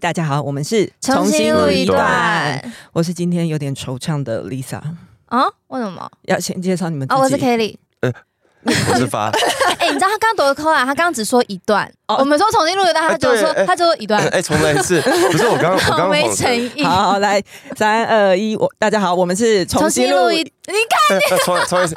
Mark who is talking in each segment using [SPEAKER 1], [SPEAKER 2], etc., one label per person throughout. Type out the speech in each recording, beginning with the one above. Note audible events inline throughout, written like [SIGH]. [SPEAKER 1] 大家好，我们是
[SPEAKER 2] 重新录一段
[SPEAKER 1] 我是今天有点惆怅的 Lisa，
[SPEAKER 2] 啊？为什么？
[SPEAKER 1] 要先介绍你们自
[SPEAKER 2] 啊，
[SPEAKER 1] 己。
[SPEAKER 2] 我是 Kelly。
[SPEAKER 3] 我
[SPEAKER 1] [LAUGHS]
[SPEAKER 3] 是发，
[SPEAKER 2] 哎、你知道他刚刚多抠啊？他刚刚只说一段，
[SPEAKER 1] 哦
[SPEAKER 2] 我们说重新录一段，
[SPEAKER 3] 哎
[SPEAKER 2] 他就说、
[SPEAKER 3] 对哎
[SPEAKER 2] 他就说一段，
[SPEAKER 3] 哎，重来一次，不是我刚，我
[SPEAKER 2] 好
[SPEAKER 3] 刚
[SPEAKER 2] 没
[SPEAKER 3] 恍
[SPEAKER 2] 诚
[SPEAKER 3] 神，
[SPEAKER 2] 意。
[SPEAKER 1] 好好来，三二一，我大家好，我们是重新录一，
[SPEAKER 2] 你看，
[SPEAKER 3] 哎重
[SPEAKER 1] [LAUGHS]
[SPEAKER 3] 来重来一次，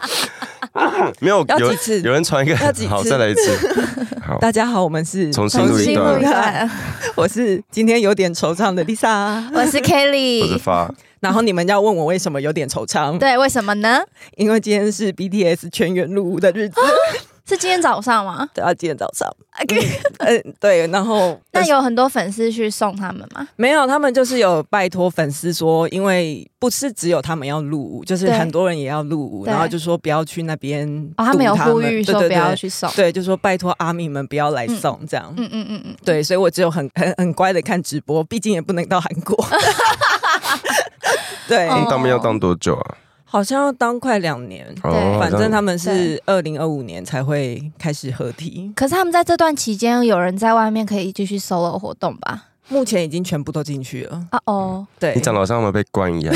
[SPEAKER 3] 没有
[SPEAKER 1] 要
[SPEAKER 3] 有
[SPEAKER 1] 几次
[SPEAKER 3] 有人传一个
[SPEAKER 1] 要几，次
[SPEAKER 3] 好，再来
[SPEAKER 1] [LAUGHS]
[SPEAKER 3] 一次，好，
[SPEAKER 1] 大家好，我们是
[SPEAKER 3] 重新录一段
[SPEAKER 2] 重新段。
[SPEAKER 1] 我是今天有点惆怅的 Lisa，
[SPEAKER 2] 我是
[SPEAKER 3] 我是
[SPEAKER 2] Kelly，
[SPEAKER 3] 发，
[SPEAKER 1] 然后你们要问我为什么有点惆怅，
[SPEAKER 2] 对，为什么呢？
[SPEAKER 1] 因为今天是 BTS 全员入伍的日子，
[SPEAKER 2] 是今天早上吗？
[SPEAKER 1] 对，要啊今天早上，嗯，对，然后
[SPEAKER 2] [LAUGHS]
[SPEAKER 1] 呃
[SPEAKER 2] 那有很多粉丝去送他们吗？
[SPEAKER 1] 没有，他们就是有拜托粉丝说，因为不是只有他们要入伍，就是
[SPEAKER 2] 对
[SPEAKER 1] 很多人也要入伍，
[SPEAKER 2] 对
[SPEAKER 1] 然后就说不要去那边堵
[SPEAKER 2] 哦，
[SPEAKER 1] 他
[SPEAKER 2] 他们有呼吁说
[SPEAKER 1] 对对
[SPEAKER 2] 不要
[SPEAKER 1] 对
[SPEAKER 2] 去送。
[SPEAKER 1] 对，就说拜托阿米们不要来送、这样。
[SPEAKER 2] 嗯嗯嗯嗯，
[SPEAKER 1] 对，所以我只有很 [LAUGHS] 很很乖的看直播，毕竟也不能到韩国。 [LAUGHS] 对，
[SPEAKER 2] 哦
[SPEAKER 3] 哎当兵要当多久啊？哦
[SPEAKER 1] 好像要当快两年，
[SPEAKER 2] 对
[SPEAKER 1] 反正他
[SPEAKER 3] 们
[SPEAKER 1] 们是二零二五年才会开始合体，
[SPEAKER 2] 可是他们在这段期间，有人在外面可以继续 solo 活动吧？
[SPEAKER 1] 目前已经全部都进去了。
[SPEAKER 2] 啊哦，
[SPEAKER 1] 对，
[SPEAKER 3] 你讲的好像我们被
[SPEAKER 1] [LAUGHS]
[SPEAKER 3] 关一样，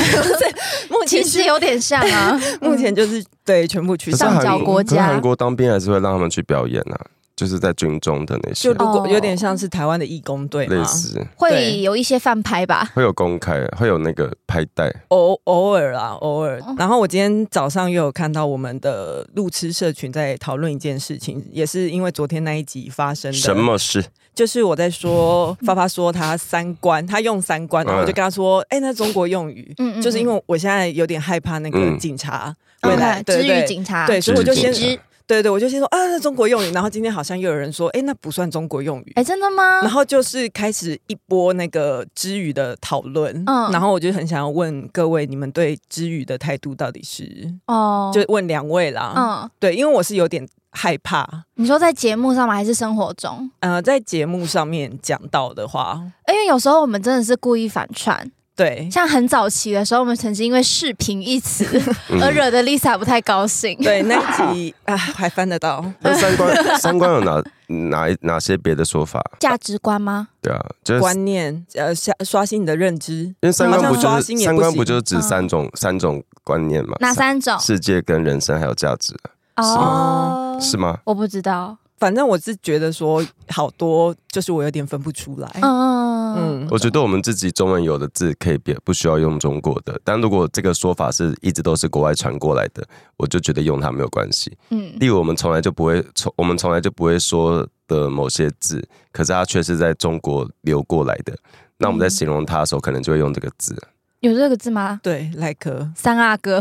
[SPEAKER 1] 目
[SPEAKER 2] 其
[SPEAKER 1] 前
[SPEAKER 2] 实
[SPEAKER 1] 是。
[SPEAKER 2] 有点像啊
[SPEAKER 1] [LAUGHS] 目前就是对全部取
[SPEAKER 3] 可是
[SPEAKER 1] 消。
[SPEAKER 2] 上
[SPEAKER 3] 韩
[SPEAKER 2] 缴
[SPEAKER 3] 国
[SPEAKER 2] 国
[SPEAKER 3] 可是
[SPEAKER 2] 家
[SPEAKER 3] 韩国当兵还是会让他们去表演啊，就是在军中的那
[SPEAKER 1] 就啊
[SPEAKER 3] 些
[SPEAKER 1] 如。果
[SPEAKER 2] 哦
[SPEAKER 1] 有点像是台湾的义工队
[SPEAKER 3] 类
[SPEAKER 1] 嘛，
[SPEAKER 3] 似
[SPEAKER 2] 嗯会
[SPEAKER 1] 对
[SPEAKER 2] 有一些翻拍吧？
[SPEAKER 3] 会有公开，会有那个拍带，
[SPEAKER 1] 偶偶尔啦，偶尔
[SPEAKER 2] 哦。
[SPEAKER 1] 然后我今天早上又有看到我们的路痴社群在讨论一件事情，也是因为昨天那一集发生的。
[SPEAKER 3] 什？么事？
[SPEAKER 1] 就是我在说发发说他三观，他用三观，然后我
[SPEAKER 3] 嗯
[SPEAKER 1] 就跟他说，哎、那中国用语，
[SPEAKER 2] 嗯嗯嗯
[SPEAKER 1] 就是因为我现在有点害怕那个
[SPEAKER 3] 嗯
[SPEAKER 1] 警察未
[SPEAKER 2] OK，
[SPEAKER 1] 来，对
[SPEAKER 2] 至于
[SPEAKER 1] 对对。
[SPEAKER 2] 警察，
[SPEAKER 1] 对，所以我就先
[SPEAKER 3] 知之
[SPEAKER 1] 对对，我就先说啊，那中国用语。然后今天好像又有人说，哎，那不算中国用语。
[SPEAKER 2] 哎，真的吗
[SPEAKER 1] 然？后就是开始一波那个知语的讨论，
[SPEAKER 2] 嗯
[SPEAKER 1] 然后我就很想要问各位，你们对知语的态度到底是？
[SPEAKER 2] 哦，
[SPEAKER 1] 就问两位啦，
[SPEAKER 2] 嗯，
[SPEAKER 1] 对，因为我是有点害怕，
[SPEAKER 2] 你说在节目上吗？还是生活中？
[SPEAKER 1] 呃，在节目上面讲到的话，
[SPEAKER 2] 因为有时候我们真的是故意反串，
[SPEAKER 1] 对
[SPEAKER 2] 像很早期的时候，我们曾经因为“视频”
[SPEAKER 1] [LAUGHS]
[SPEAKER 2] 一词
[SPEAKER 3] 嗯
[SPEAKER 2] 而惹得 Lisa 不太高兴。
[SPEAKER 1] 对，那一集
[SPEAKER 2] [LAUGHS]
[SPEAKER 1] 啊还翻得到，
[SPEAKER 3] 那三观三观有哪哪一哪些别的说法？
[SPEAKER 2] 价值观吗？
[SPEAKER 3] 对啊，就是
[SPEAKER 1] 观念呃刷刷新你的认知，
[SPEAKER 3] 因为三观
[SPEAKER 1] 好
[SPEAKER 3] 不
[SPEAKER 1] 像刷
[SPEAKER 3] 就
[SPEAKER 1] 新
[SPEAKER 3] 是
[SPEAKER 1] 也
[SPEAKER 3] 三
[SPEAKER 1] 不
[SPEAKER 3] 观
[SPEAKER 1] 行
[SPEAKER 3] 不就是指三种、三种观念嘛？
[SPEAKER 2] 嗯哪三种？
[SPEAKER 3] 世界跟人生还有价值
[SPEAKER 2] 哦，
[SPEAKER 3] 是吗？
[SPEAKER 2] 我不知道。
[SPEAKER 1] 反正我是觉得说好多就是我有点分不出来，
[SPEAKER 2] 嗯嗯
[SPEAKER 1] 嗯，
[SPEAKER 3] 我觉得我们自己中文有的字可以别不需要用中国的，但如果这个说法是一直都是国外传过来的，我就觉得用它没有关系。
[SPEAKER 2] 嗯
[SPEAKER 3] 例如，我们从来就不会从我们从来就不会说的某些字，可是它却是在中国流过来的，那我们在形容它的时候，可能就会用这个字。
[SPEAKER 2] 有这个字吗？
[SPEAKER 1] 对，来可
[SPEAKER 2] 三阿哥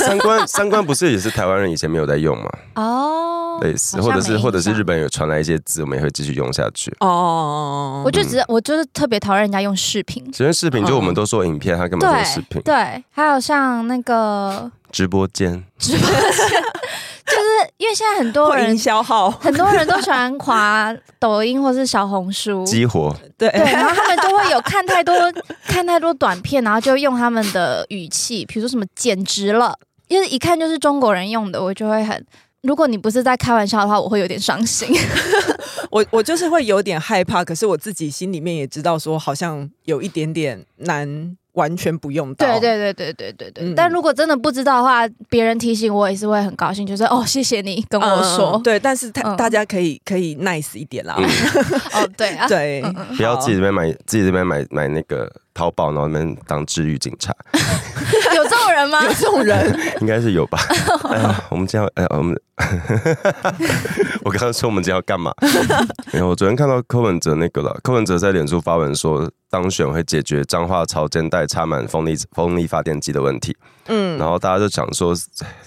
[SPEAKER 3] 三观三观不是也是台湾人以前没有在用吗？
[SPEAKER 2] 哦，
[SPEAKER 3] 类似，
[SPEAKER 2] 好
[SPEAKER 3] 或
[SPEAKER 2] 像
[SPEAKER 3] 者
[SPEAKER 2] 没
[SPEAKER 3] 是
[SPEAKER 2] 印
[SPEAKER 3] 或者是
[SPEAKER 2] 象
[SPEAKER 3] 日。本有传来一些字，我们也会继续用下去。
[SPEAKER 1] 哦，
[SPEAKER 2] 我就
[SPEAKER 3] 嗯
[SPEAKER 2] 只我就是特别讨厌人家用视频，
[SPEAKER 3] 其实视频就我们都说影片，他根本说视
[SPEAKER 2] 对
[SPEAKER 3] 频
[SPEAKER 2] 对，还有像那个
[SPEAKER 3] 直播间，
[SPEAKER 2] 因为现在很多
[SPEAKER 1] 会营
[SPEAKER 2] 人，
[SPEAKER 1] 销号，
[SPEAKER 2] 很多人都喜欢滑抖音或是小红书，
[SPEAKER 3] [LAUGHS] 激活
[SPEAKER 1] 对
[SPEAKER 2] 对，然后他们就会有看太多 [LAUGHS] 看太多短片，然后就用他们的语气，比如说什么“简直了”，因为一看就是中国人用的，我就会很。如果你不是在开玩笑的话，我会有点伤心。
[SPEAKER 1] 我我就是会有点害怕，可是我自己心里面也知道，说好像有一点点难，完全不用到。
[SPEAKER 2] 对对对对对对对。
[SPEAKER 1] 嗯
[SPEAKER 2] 但如果真的不知道的话，别人提醒我也是会很高兴，就是哦，谢谢你跟
[SPEAKER 1] 嗯，
[SPEAKER 2] 我
[SPEAKER 1] 嗯
[SPEAKER 2] 说
[SPEAKER 1] 嗯。对，但是他、
[SPEAKER 2] 嗯
[SPEAKER 1] 大家可以可以 nice 一点啦。
[SPEAKER 3] 嗯
[SPEAKER 2] 哦，对
[SPEAKER 1] [LAUGHS]
[SPEAKER 2] 啊，
[SPEAKER 1] 对，
[SPEAKER 2] 嗯嗯
[SPEAKER 3] 不要
[SPEAKER 1] 好
[SPEAKER 3] 自己这边买，自己这边买买那个淘宝，然后那边当治愈警察，
[SPEAKER 2] [LAUGHS] 有这种人吗？
[SPEAKER 1] 有这种人，
[SPEAKER 3] [LAUGHS] 应该是有吧？哎呀，我们今天要哎呀，我们 [LAUGHS] 我刚刚说我们今天要干嘛？没有，我昨天看到柯文哲那个了，柯文哲在脸书发文说，当选会解决彰化潮间带插满风力风力发电机的问题。
[SPEAKER 1] 嗯，
[SPEAKER 3] 然后大家就想说，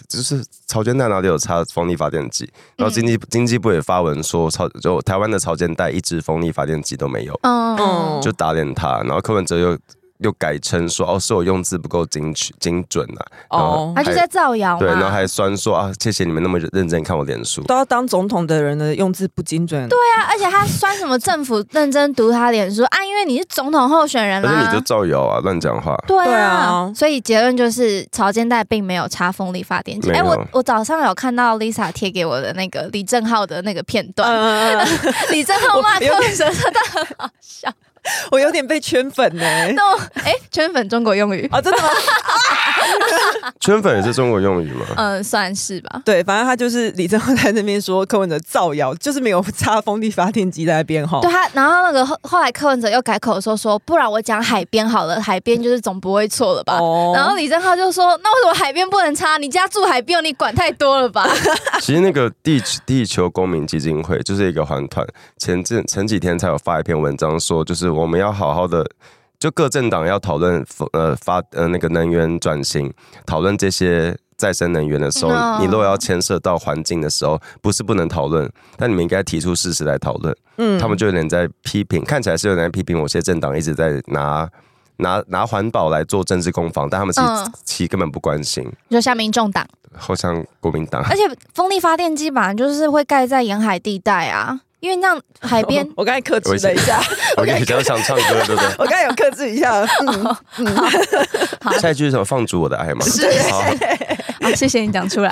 [SPEAKER 3] 就是潮间带哪里有插风力发电机？然后经济、经济部也发文说，潮就台湾的潮间带一支风力发电机都没有，
[SPEAKER 2] 嗯
[SPEAKER 1] 嗯
[SPEAKER 2] 嗯，
[SPEAKER 3] 就打脸他。然后柯文哲又又改称说，哦，是我用字不够精确精准啊，然
[SPEAKER 1] 哦
[SPEAKER 3] 后
[SPEAKER 2] 他就在造谣嘛。
[SPEAKER 3] 对，然后还酸说啊，谢谢你们那么认真看我脸书。
[SPEAKER 1] 都要当总统的人的用字不精准。对，
[SPEAKER 2] 对啊，而且他酸什么政府认真读他脸书啊，因为你是总统候选人
[SPEAKER 3] 可
[SPEAKER 2] 啦、
[SPEAKER 3] 是你就造谣啊，乱讲话。
[SPEAKER 2] 对啊，
[SPEAKER 1] 对啊
[SPEAKER 2] 所以结论就是潮间带并没有插风力发电机。
[SPEAKER 3] 没
[SPEAKER 2] 哎、
[SPEAKER 3] 有
[SPEAKER 2] 我我早上有看到 Lisa 贴给我的那个李正浩的那个片段，
[SPEAKER 1] 嗯，
[SPEAKER 2] 李正浩骂
[SPEAKER 1] 我有
[SPEAKER 2] 柯文哲真的很好笑。
[SPEAKER 1] 我有点被圈粉
[SPEAKER 2] [LAUGHS]
[SPEAKER 1] 呢、
[SPEAKER 2] 那我哎，圈粉中国用语，
[SPEAKER 1] 哦，真的吗？ [LAUGHS]
[SPEAKER 3] 圈粉也是中国用语吗？
[SPEAKER 2] 嗯，算是吧。
[SPEAKER 1] 对，反正他就是李正浩在那边说柯文哲造谣，就是没有插风力发电机在那边哈。
[SPEAKER 2] 对他，然后那个后后来柯文哲又改口说说，不然我讲海边好了，海边就是总不会错了吧？
[SPEAKER 1] 哦
[SPEAKER 2] 啊然后李正浩就说，那为什么海边不能插？你家住海边，你管太多
[SPEAKER 1] [LAUGHS]
[SPEAKER 2] 了吧？
[SPEAKER 3] 其实那个地地球公民基金会就是一个环团，前阵前几天才有发一篇文章说，就是我们要好好的，就各政党要讨论呃发呃那个能源转型，讨论这些再生能源的时候
[SPEAKER 2] No
[SPEAKER 3] 你如果要牵涉到环境的时候，不是不能讨论，但你们应该提出事实来讨论。
[SPEAKER 1] 嗯
[SPEAKER 3] 他们就有点在批评，看起来是有点在批评某些政党一直在拿。拿拿环保来做政治攻防，但他们其实、
[SPEAKER 2] 嗯
[SPEAKER 3] 其实根本不关心，
[SPEAKER 2] 就像民众党，
[SPEAKER 3] 好像国民 [LAUGHS] 党。
[SPEAKER 2] 而且风力发电机本来就是会盖在沿海地带啊，因为那样海边
[SPEAKER 3] [LAUGHS]
[SPEAKER 1] 我刚才克制了一下，
[SPEAKER 3] 我跟你讲，想唱歌对不对？
[SPEAKER 1] 我刚才有克制一下，嗯，
[SPEAKER 3] [LAUGHS] 下一句是什么？放逐我的爱吗？
[SPEAKER 2] 是
[SPEAKER 3] 好，
[SPEAKER 2] 啊，谢谢你讲
[SPEAKER 3] [LAUGHS]
[SPEAKER 2] 出来，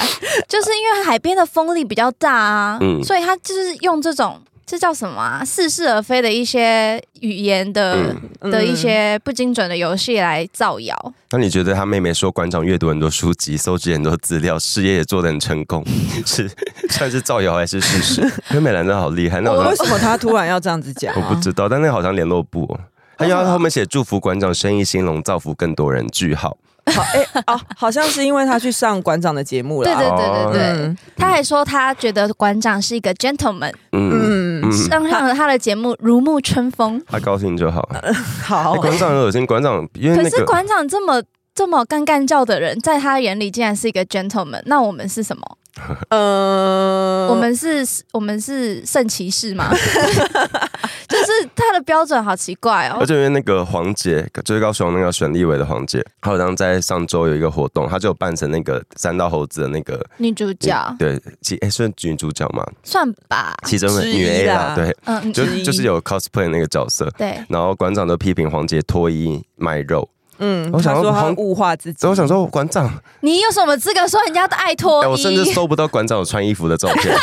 [SPEAKER 2] 就是因为海边的风力比较大啊，
[SPEAKER 3] 嗯
[SPEAKER 2] 所以他就是用这种这叫什么啊，似是而非的一些语言的、
[SPEAKER 1] 嗯
[SPEAKER 2] 的一些不精准的游戏来造谣。
[SPEAKER 3] 那你觉得他妹妹说馆长阅读很多书籍，搜集很多资料，事业也做得很成功， [LAUGHS] 是算是造谣还是
[SPEAKER 2] [LAUGHS]
[SPEAKER 3] 事实？因为美兰真的好厉害，那好
[SPEAKER 1] 哦我为
[SPEAKER 3] 像
[SPEAKER 1] 什么他突然要这样子讲啊？
[SPEAKER 3] 我不知道，但那个好像联络部、哦，还有他们写祝福馆长生意兴隆，造福更多人，句号。
[SPEAKER 1] 好，哎、哦，好像是因为他去上馆长的节目
[SPEAKER 2] 对
[SPEAKER 1] 了。
[SPEAKER 2] 对对对对，
[SPEAKER 1] 嗯
[SPEAKER 2] 他还说他觉得馆长是一个 gentleman，、
[SPEAKER 3] 嗯，
[SPEAKER 1] 嗯，
[SPEAKER 2] 让让他的节目如沐春风。
[SPEAKER 3] 他高兴就好。
[SPEAKER 1] 好
[SPEAKER 3] 哎，，馆长很恶心，馆长因
[SPEAKER 2] 呃
[SPEAKER 3] 为
[SPEAKER 2] 哦可
[SPEAKER 3] 那
[SPEAKER 2] 是
[SPEAKER 3] 个
[SPEAKER 2] 馆长这么。这么干干叫的人，在他眼里竟然是一个 gentleman，那我们是什么？
[SPEAKER 1] 呃，
[SPEAKER 2] 我们是，我们是圣骑士
[SPEAKER 1] [LAUGHS]
[SPEAKER 2] 吗？就是他的标准好奇怪哦
[SPEAKER 3] 而。且因为那个黄姐，就是高雄那个选立委的黄姐，她好像在上周有一个活动，她就有扮成那个三道猴子的那个
[SPEAKER 2] 女主角啊
[SPEAKER 3] 对，其哎、算女主角嘛，
[SPEAKER 2] 算吧，
[SPEAKER 3] 其中的
[SPEAKER 1] 之一
[SPEAKER 3] 女 A 啦，
[SPEAKER 1] 啦
[SPEAKER 3] 对，
[SPEAKER 2] 嗯，
[SPEAKER 3] 就
[SPEAKER 1] 之一
[SPEAKER 3] 就是有 cosplay 那个角色。
[SPEAKER 2] 对，
[SPEAKER 3] 然后馆长都批评黄杰脱衣卖肉，
[SPEAKER 1] 嗯，
[SPEAKER 3] 我想
[SPEAKER 1] 他
[SPEAKER 3] 说
[SPEAKER 1] 说他
[SPEAKER 3] 黄
[SPEAKER 1] 物化自己，
[SPEAKER 3] 所以我想
[SPEAKER 2] 嗯
[SPEAKER 3] 说馆长，
[SPEAKER 2] 你有什么资格说人家的爱脱
[SPEAKER 3] 哎，我甚至
[SPEAKER 2] 衣？
[SPEAKER 3] 搜不到馆长有穿衣服的照
[SPEAKER 2] [LAUGHS]
[SPEAKER 3] 片，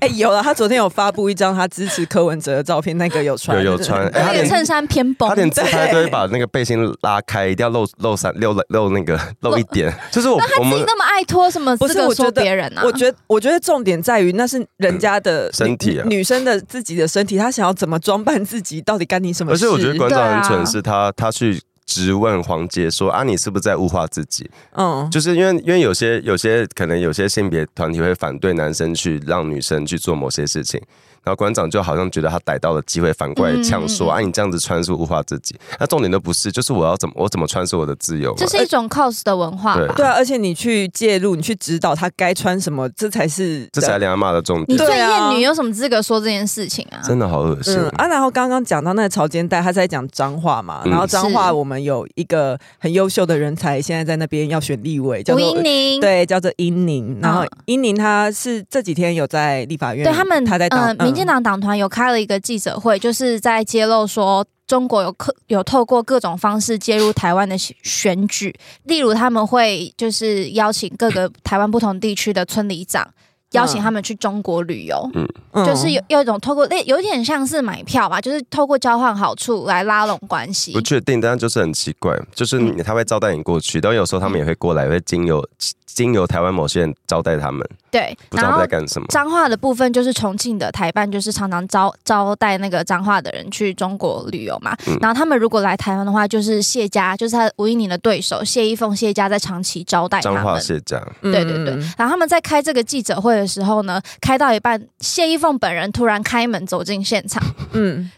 [SPEAKER 1] 哎、有了，他昨天有发布一张他支持柯文哲的照片，那个有穿，
[SPEAKER 3] 有有穿哎
[SPEAKER 2] 那
[SPEAKER 3] 他
[SPEAKER 2] 个
[SPEAKER 3] 连
[SPEAKER 2] 衬衫偏
[SPEAKER 3] 他
[SPEAKER 2] 崩，
[SPEAKER 3] 连自拍都会把那个背心拉开，一定要露露三露露那个露一点，
[SPEAKER 2] [LAUGHS]
[SPEAKER 3] 就是我我
[SPEAKER 2] 他自己
[SPEAKER 3] 们
[SPEAKER 2] 那么爱脱，什么资
[SPEAKER 1] 不是
[SPEAKER 2] 格
[SPEAKER 1] 我觉
[SPEAKER 2] 说
[SPEAKER 1] 得
[SPEAKER 2] 别人啊？
[SPEAKER 1] 我觉得，我觉得重点在于那是人家的
[SPEAKER 3] 身
[SPEAKER 1] 女
[SPEAKER 3] 体啊
[SPEAKER 1] 女生的自己的身体，她想要怎么装扮自己，到底干你什么
[SPEAKER 3] 而
[SPEAKER 1] 事？
[SPEAKER 3] 且我觉得馆长很
[SPEAKER 2] 对啊
[SPEAKER 3] 蠢，是他他去质问黄杰说啊，你是不是在物化自己？
[SPEAKER 1] 嗯，
[SPEAKER 3] 就是因为因为有些有些可能有些性别团体会反对男生去让女生去做某些事情，然后馆长就好像觉得他逮到了机会，反过来呛
[SPEAKER 2] 嗯
[SPEAKER 3] 说、
[SPEAKER 2] 嗯嗯
[SPEAKER 3] 啊，你这样子穿是物化自己。那重点都不是，就是我要怎么我怎么穿是我的自由嘛。啊
[SPEAKER 2] 这是一种 cos 的文化吧。
[SPEAKER 1] 对啊，而且你去介入，你去指导她该穿什么，这才是
[SPEAKER 3] 这才两骂的重
[SPEAKER 2] 你
[SPEAKER 3] 点，
[SPEAKER 2] 最
[SPEAKER 1] 对啊
[SPEAKER 2] 艳女有什么资格说这件事情啊？
[SPEAKER 3] 真的好恶心。
[SPEAKER 1] 嗯啊，然后刚刚讲到那个潮间带，他在讲彰化嘛，然后
[SPEAKER 3] 嗯
[SPEAKER 1] 彰化
[SPEAKER 2] 是
[SPEAKER 1] 我们有一个很优秀的人才，现在在那边要选立委，叫
[SPEAKER 2] 吴
[SPEAKER 1] 做
[SPEAKER 2] 英宁，
[SPEAKER 1] 对，叫做英宁。然后
[SPEAKER 2] 嗯
[SPEAKER 1] 英宁她是这几天有在立法院，
[SPEAKER 2] 对他们，
[SPEAKER 1] 她在当
[SPEAKER 3] 嗯
[SPEAKER 1] 嗯
[SPEAKER 2] 呃，民进党党团有开了一个记者会，就是在揭露说中国有克有透过各种方式介入台湾的选选举，例如他们会就是邀请各个台湾不同地区的村里长。邀请他们去中国旅游，
[SPEAKER 1] 嗯
[SPEAKER 2] 就是有有一种透过类有点像是买票吧，就是透过交换好处来拉拢关系
[SPEAKER 3] 不。确定，但是就是很奇怪，就是你他会招待你过去，但有时候他们也会过来，会经由经由台湾某些人招待他们，
[SPEAKER 2] 对，
[SPEAKER 3] 不知道
[SPEAKER 2] 然
[SPEAKER 3] 他
[SPEAKER 2] 后
[SPEAKER 3] 们在干什么。
[SPEAKER 2] 彰化的部分就是重庆的台办，就是常常招招待那个彰化的人去中国旅游嘛。
[SPEAKER 3] 嗯
[SPEAKER 2] 然后他们如果来台湾的话，就是谢家，就是他吴一宁的对手谢依凤、谢家在长期招待他
[SPEAKER 3] 彰化
[SPEAKER 2] 们。
[SPEAKER 3] 谢家，
[SPEAKER 1] 嗯
[SPEAKER 2] 对对对，然后他们在开这个记者会的时候呢，开到一半，谢依凤本人突然开门走进现场。
[SPEAKER 1] 嗯，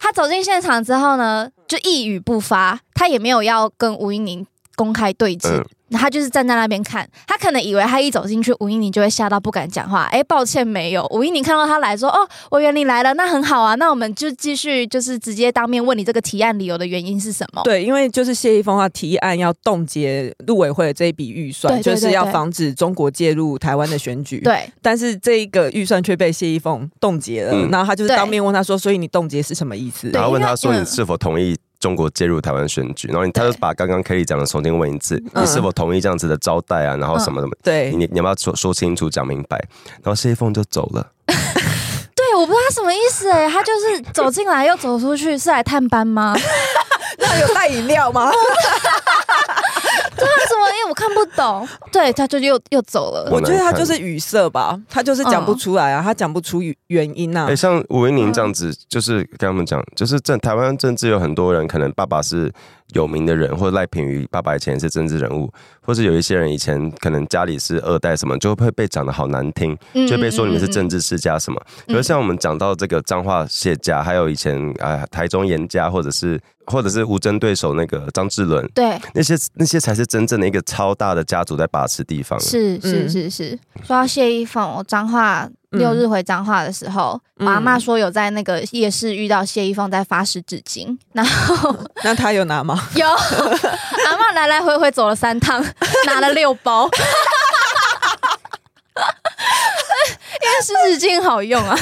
[SPEAKER 2] 他走进现场之后呢，就一语不发，他也没有要跟吴一宁公开对峙，
[SPEAKER 3] 嗯
[SPEAKER 2] 他就是站在那边看。他可能以为他一走进去，吴一宁就会吓到不敢讲话。哎，抱歉，没有。吴一宁看到他来说：“哦，我原你来了，那很好啊，那我们就继续，就是直接当面问你这个提案理由的原因是什么。”
[SPEAKER 1] 对，因为就是谢依峰他提案要冻结陆委会的这一笔预算，
[SPEAKER 2] 对对对
[SPEAKER 1] 就是要
[SPEAKER 2] 对
[SPEAKER 1] 防止中国介入台湾的选举。，
[SPEAKER 2] 对
[SPEAKER 1] 但是这一个预算却被谢依峰冻结了，
[SPEAKER 3] 嗯
[SPEAKER 1] 然后他就是
[SPEAKER 2] 对
[SPEAKER 1] 当面问他说：“所以你冻结是什么意思？”
[SPEAKER 2] 对
[SPEAKER 3] 然后问他说
[SPEAKER 2] 因为嗯
[SPEAKER 3] 你是否同意中国介入台湾选举，然后你他
[SPEAKER 2] 对
[SPEAKER 3] 就把刚刚 Kelly 讲的重新问一次，
[SPEAKER 1] 嗯
[SPEAKER 3] 你是否同意这样子的招待啊，然
[SPEAKER 2] 嗯哎
[SPEAKER 3] 后什么什么，
[SPEAKER 1] 对
[SPEAKER 3] 你你要不要说说清楚讲明白？然后谢依凤就走了，
[SPEAKER 2] 对，我不知道他什么意思哎、他就是走进来又走出去，是来探班吗？ [LAUGHS]
[SPEAKER 1] 那有带饮料吗？
[SPEAKER 2] 对啊，什么意思？我看不懂。对，他就又又走了。
[SPEAKER 1] 我觉得他就是语塞吧，他就是讲不出来啊，他讲不出原原因啊
[SPEAKER 2] 嗯
[SPEAKER 3] 哎、。像吴维宁这样子，就是跟他们讲，就是政台湾政治有很多人，可能爸爸是有名的人，或者赖品妤爸爸以前也是政治人物，或是有一些人以前可能家里是二代什么，就会被讲的好难听，
[SPEAKER 2] 嗯
[SPEAKER 3] 就被说你们是政
[SPEAKER 2] 嗯
[SPEAKER 3] 治世家什么。
[SPEAKER 2] 嗯
[SPEAKER 3] 可是像我们讲到这个彰化谢家，还有以前啊、呃台中严家，或者是或者是无争对手那个张志伦，
[SPEAKER 2] 对，
[SPEAKER 3] 那些那些才是真正的一个超大的家族在把持地方。
[SPEAKER 2] 是是
[SPEAKER 1] 嗯
[SPEAKER 2] 是是。说到谢依凤，我彰化六日回彰化的时候，
[SPEAKER 1] 嗯
[SPEAKER 2] 我阿妈说有在那个夜市遇到谢依凤在发湿纸巾，然后
[SPEAKER 1] 那他有拿吗？ [LAUGHS]
[SPEAKER 2] 有 [LAUGHS] 阿妈来来回回走了三趟，拿了六包。 [LAUGHS] 因为湿纸巾好用啊，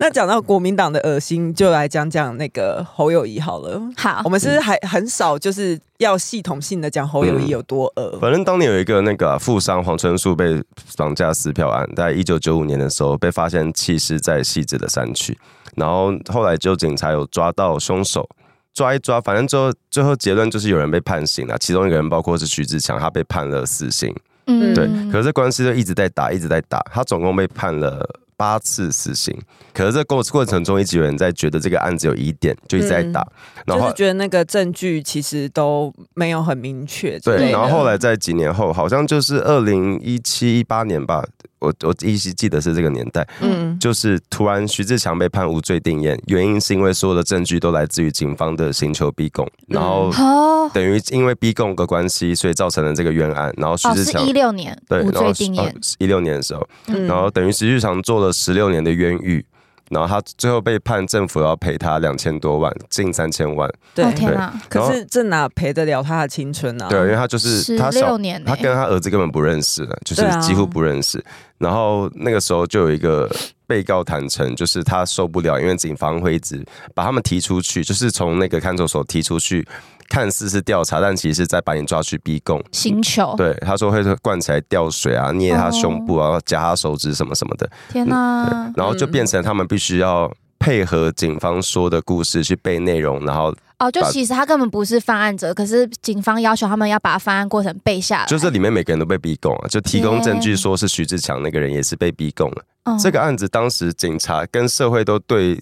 [SPEAKER 1] 那讲到国民党的恶心，就来讲讲那个侯友谊好了。
[SPEAKER 2] 好
[SPEAKER 1] 我，们
[SPEAKER 3] 嗯
[SPEAKER 1] 是不是还很少就是要系统性的讲侯友谊有多恶。
[SPEAKER 3] 反正当年有一个那个啊富商黄春树被绑架撕票案，在一九九五年的时候被发现弃尸在汐止的山区，然后后来就警察有抓到凶手，抓一抓，反正最后最后结论就是有人被判刑了，其中一个人包括是徐志强，他被判了死刑，
[SPEAKER 2] 嗯
[SPEAKER 3] 对，可是这官司就一直在打，一直在打，他总共被判了。八次死刑，可是这过过程中一直有人在觉得这个案子有疑点，就一直在打，
[SPEAKER 2] 嗯
[SPEAKER 3] 然
[SPEAKER 1] 就
[SPEAKER 3] 后
[SPEAKER 1] 是觉得那个证据其实都没有很明确之类的，
[SPEAKER 3] 对，然后后来在几年后，好像就是二零一七一八年吧，我我依稀记得是这个年代，
[SPEAKER 1] 嗯，
[SPEAKER 3] 就是突然徐志强被判无罪定谳，原因是因为所有的证据都来自于警方的刑求逼供，然后
[SPEAKER 2] 哦
[SPEAKER 3] 等于因为逼供的关系，所以造成了这个冤案，然后徐
[SPEAKER 2] 哦，
[SPEAKER 3] 志
[SPEAKER 2] 是
[SPEAKER 3] 强
[SPEAKER 2] 一。六年
[SPEAKER 3] 对，
[SPEAKER 2] 无
[SPEAKER 3] 然后哦
[SPEAKER 2] 罪定谳，
[SPEAKER 3] 一六年的时候，
[SPEAKER 1] 嗯
[SPEAKER 3] 然后等于徐志强坐了十六年的冤狱，然后他最后被判政府要赔他两千多万，近三千万。
[SPEAKER 1] 对
[SPEAKER 2] 哦，天哪、
[SPEAKER 1] 可是这哪赔得了他的青春啊？
[SPEAKER 3] 对，因为他就是
[SPEAKER 2] 十
[SPEAKER 3] 他小
[SPEAKER 2] 六年欸呢、
[SPEAKER 3] 他跟他儿子根本不认识了，就是
[SPEAKER 1] 对啊
[SPEAKER 3] 几乎不认识。然后那个时候就有一个被告坦诚，就是他受不了，因为警方会一直把他们提出去，就是从那个看守所提出去，看似是调查，但其实是在把你抓去逼供。
[SPEAKER 2] 行
[SPEAKER 1] 哦
[SPEAKER 2] 球，
[SPEAKER 3] 对，他说会灌起来吊水啊，捏他胸部
[SPEAKER 1] 哦
[SPEAKER 3] 啊，夹他手指什么什么的，
[SPEAKER 2] 天哪、
[SPEAKER 3] 然后就变成他们必须要配合警方说的故事去背内容，然后
[SPEAKER 2] 哦，就
[SPEAKER 3] 把
[SPEAKER 2] 其实他根本不是犯案者，可是警方要求他们要把犯案过程背下来。
[SPEAKER 3] 就是里面每个人都被逼供啊，就提供证据说是徐志强那个人也是被逼供了。
[SPEAKER 2] 嗯
[SPEAKER 3] 这个案子当时警察跟社会都对，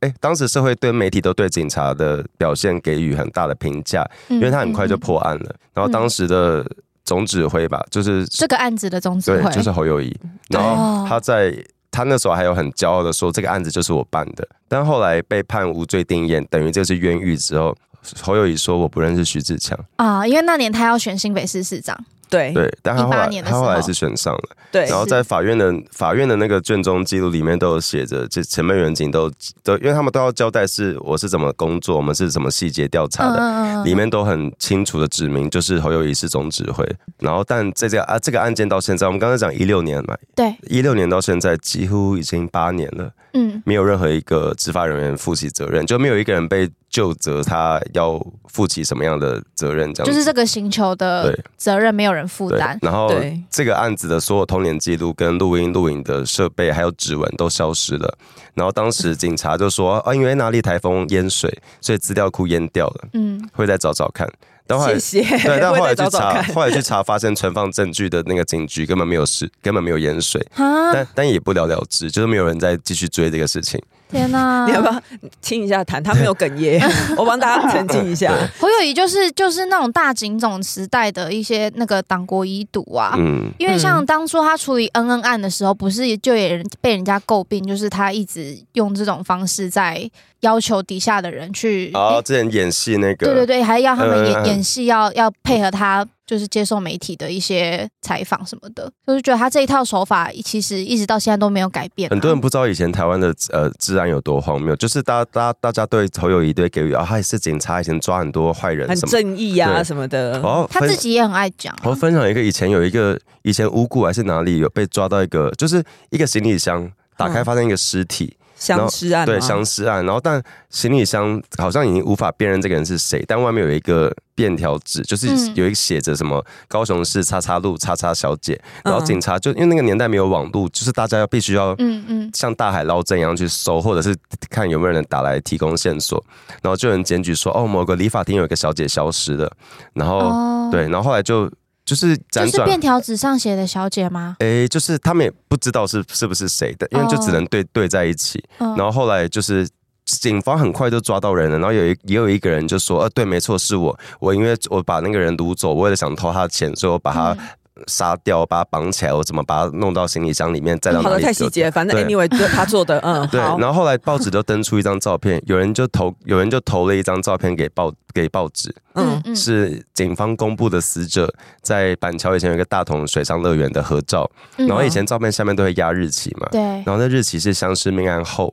[SPEAKER 3] 哎，当时社会对媒体都对警察的表现给予很大的评价，
[SPEAKER 2] 因
[SPEAKER 3] 因为他很
[SPEAKER 2] 嗯
[SPEAKER 3] 快就破案了。然后当时的总指挥吧，就是
[SPEAKER 2] 这个案子的宗旨
[SPEAKER 3] 对
[SPEAKER 2] 会，，哦
[SPEAKER 3] 就是侯友谊，
[SPEAKER 1] 对
[SPEAKER 3] 然后他在。他那时候还有很骄傲的说，这个案子就是我办的，但后来被判无罪定谳，等于这是冤狱之后，侯友谊说我不认识徐志强，
[SPEAKER 2] 啊、因为那年他要选新北市市长，
[SPEAKER 1] 对
[SPEAKER 3] 对，但他后来
[SPEAKER 2] 18年的
[SPEAKER 3] 他后来
[SPEAKER 2] 时候
[SPEAKER 3] 是选上了。
[SPEAKER 1] 对
[SPEAKER 3] 然后在法院的法院的那个卷宗记录里面都有写着，这前面远景都都，因为他们都要交代是我是怎么工作，我们是怎么细节调查的，
[SPEAKER 2] 嗯
[SPEAKER 3] 里面都很清楚的指明就是侯友谊是总指挥。然后，但在这个啊这个案件到现在，我们刚才讲一六年嘛，
[SPEAKER 2] 对，
[SPEAKER 3] 一六年到现在几乎已经八年了，
[SPEAKER 2] 嗯，
[SPEAKER 3] 没有任何一个执法人员负起责任，就没有一个人被就责他要负起什么样的责任，这样子
[SPEAKER 2] 就是这个行球的
[SPEAKER 3] 对
[SPEAKER 2] 责任没有人负
[SPEAKER 3] 对，
[SPEAKER 2] 担。
[SPEAKER 3] 然后
[SPEAKER 1] 对
[SPEAKER 3] 这个案子的所有通联记录、跟录音、录影的设备还有指纹都消失了。然后当时警察就说：“啊，因为哪里台风淹水，所以资料库淹掉了，
[SPEAKER 2] 嗯，
[SPEAKER 3] 会再找找看。”但后来
[SPEAKER 1] 谢。谢，
[SPEAKER 2] [LAUGHS]
[SPEAKER 3] 对，
[SPEAKER 1] [LAUGHS]
[SPEAKER 3] 但
[SPEAKER 1] 我
[SPEAKER 3] 后来
[SPEAKER 1] 也
[SPEAKER 3] 去
[SPEAKER 1] 找找
[SPEAKER 3] 查，
[SPEAKER 1] 看。
[SPEAKER 3] 后来去查，发现存放证据的那个警局根本没有事，根本没有淹水，
[SPEAKER 2] 啊，
[SPEAKER 3] 但但也不了了之，就是没有人再继续追这个事情。
[SPEAKER 2] 天哪、
[SPEAKER 3] [LAUGHS]
[SPEAKER 1] 你要不要亲一下痰？他没有哽咽，我帮大家澄清一下。
[SPEAKER 2] 侯友谊就是就是那种大警总时代的一些那个党国遗毒啊，
[SPEAKER 3] 嗯，
[SPEAKER 2] 因为像
[SPEAKER 1] 嗯
[SPEAKER 2] 当初他处理恩恩案的时候，不是就也人被人家诟病，就是他一直用这种方式在要求底下的人去，
[SPEAKER 3] 然后之前演戏啊那个，
[SPEAKER 2] 对对对，还要他们演、
[SPEAKER 3] 嗯嗯嗯
[SPEAKER 2] 演戏要，要配合他，就是接受媒体的一些采访什么的。就是觉得他这一套手法，其实一直到现在都没有改变啊、
[SPEAKER 3] 很多人不知道以前台湾的呃治安有多荒谬，就是大家大家大家对侯友谊对给予啊，他也是警察，以前抓很多坏人
[SPEAKER 1] 很
[SPEAKER 3] 什么。
[SPEAKER 1] 正义啊
[SPEAKER 3] 对
[SPEAKER 1] 什么的，
[SPEAKER 3] 哦，
[SPEAKER 2] 他
[SPEAKER 3] 分哦
[SPEAKER 2] 自己也很爱讲啊、
[SPEAKER 3] 我分享一个以前有一个以前五谷还是哪里有被抓到一个，就是一个行李箱打开
[SPEAKER 1] 嗯
[SPEAKER 3] 发现一个尸体，
[SPEAKER 1] 相啊尸案吗
[SPEAKER 3] 对相尸案，然后但行李箱好像已经无法辨认这个人是谁，但外面有一个便条纸，就是
[SPEAKER 2] 嗯
[SPEAKER 3] 有一个写着什么高雄市叉叉路叉叉小姐，然后
[SPEAKER 1] 嗯
[SPEAKER 3] 警察就因为那个年代没有网路，就是大家要必须要
[SPEAKER 2] 嗯嗯，
[SPEAKER 3] 像大海捞针一样去搜，或者是看有没有人打来提供线索，然后就有人检举说哦某个理发厅有一个小姐消失了，然后、
[SPEAKER 2] 哦
[SPEAKER 3] 对，，然后后来就就是
[SPEAKER 2] 就
[SPEAKER 3] 辗
[SPEAKER 2] 是
[SPEAKER 3] 转
[SPEAKER 2] 便条纸上写的小姐吗？
[SPEAKER 3] 诶，就是他们也不知道是是不是谁的，因为就只
[SPEAKER 1] 哦
[SPEAKER 3] 能对、对在一起。
[SPEAKER 2] 嗯
[SPEAKER 3] 然后后来就是警方很快就抓到人了，然后有一也有一个人就说，呃，对，没错，是我，我因为我把那个人掳走，我为了想偷他的钱，所以我把他
[SPEAKER 2] 嗯
[SPEAKER 3] 杀掉，我把他绑起来，我怎么把他弄到行李箱里面，再到
[SPEAKER 1] 嗯好
[SPEAKER 3] 哪
[SPEAKER 1] 了，
[SPEAKER 3] 里
[SPEAKER 1] 太
[SPEAKER 3] 丢
[SPEAKER 1] 细节，反正
[SPEAKER 3] 对
[SPEAKER 1] anyway 就他做的，嗯，
[SPEAKER 3] [LAUGHS] 对，
[SPEAKER 1] 好
[SPEAKER 3] 然，后后来报纸就登出一张照片，有人就投，有人就投了一张照片给报给报纸，
[SPEAKER 1] 嗯，
[SPEAKER 2] 嗯
[SPEAKER 3] 是警方公布的死者在板桥以前有一个大同水上乐园的合照，然后以前照片下面都会压日期嘛，
[SPEAKER 2] 嗯对，
[SPEAKER 3] 然后那日期是相思命案后，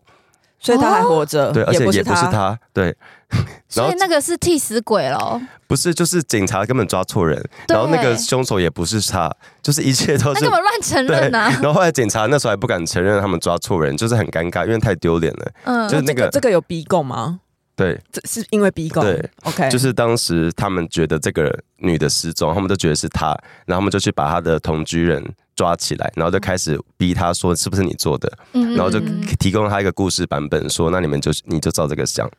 [SPEAKER 1] 所以他还活着，
[SPEAKER 2] 呃
[SPEAKER 3] 对，而且
[SPEAKER 1] 不
[SPEAKER 3] 也
[SPEAKER 1] 是哦
[SPEAKER 3] 不是他，对，然
[SPEAKER 2] 所
[SPEAKER 3] 后
[SPEAKER 2] 以那个是替死鬼喽。
[SPEAKER 3] 不是，就是警察根本抓错人，
[SPEAKER 2] 对
[SPEAKER 3] 然后那个凶手也不是他，就是一切都
[SPEAKER 2] 那
[SPEAKER 3] 是
[SPEAKER 2] 根。本乱承
[SPEAKER 3] 对，
[SPEAKER 2] 认啊呐、
[SPEAKER 3] [LAUGHS] 然后后来警察那时候还不敢承认他们抓错人，就是很尴尬，因为太丢脸了。
[SPEAKER 2] 嗯，
[SPEAKER 3] 就是那
[SPEAKER 1] 这
[SPEAKER 3] 个
[SPEAKER 1] 个这个有逼供吗？
[SPEAKER 3] 对，
[SPEAKER 1] 这是因为逼供？
[SPEAKER 3] 对
[SPEAKER 2] 哎
[SPEAKER 1] ，OK，
[SPEAKER 3] 就是当时他们觉得这个女的失踪，他们都觉得是她，然后他们就去把她的同居人抓起来，然后就开始逼她说是不是你做的，
[SPEAKER 2] 嗯
[SPEAKER 3] 然后就
[SPEAKER 2] 嗯
[SPEAKER 3] 提供她一个故事版本，说那你们就你就照这个想。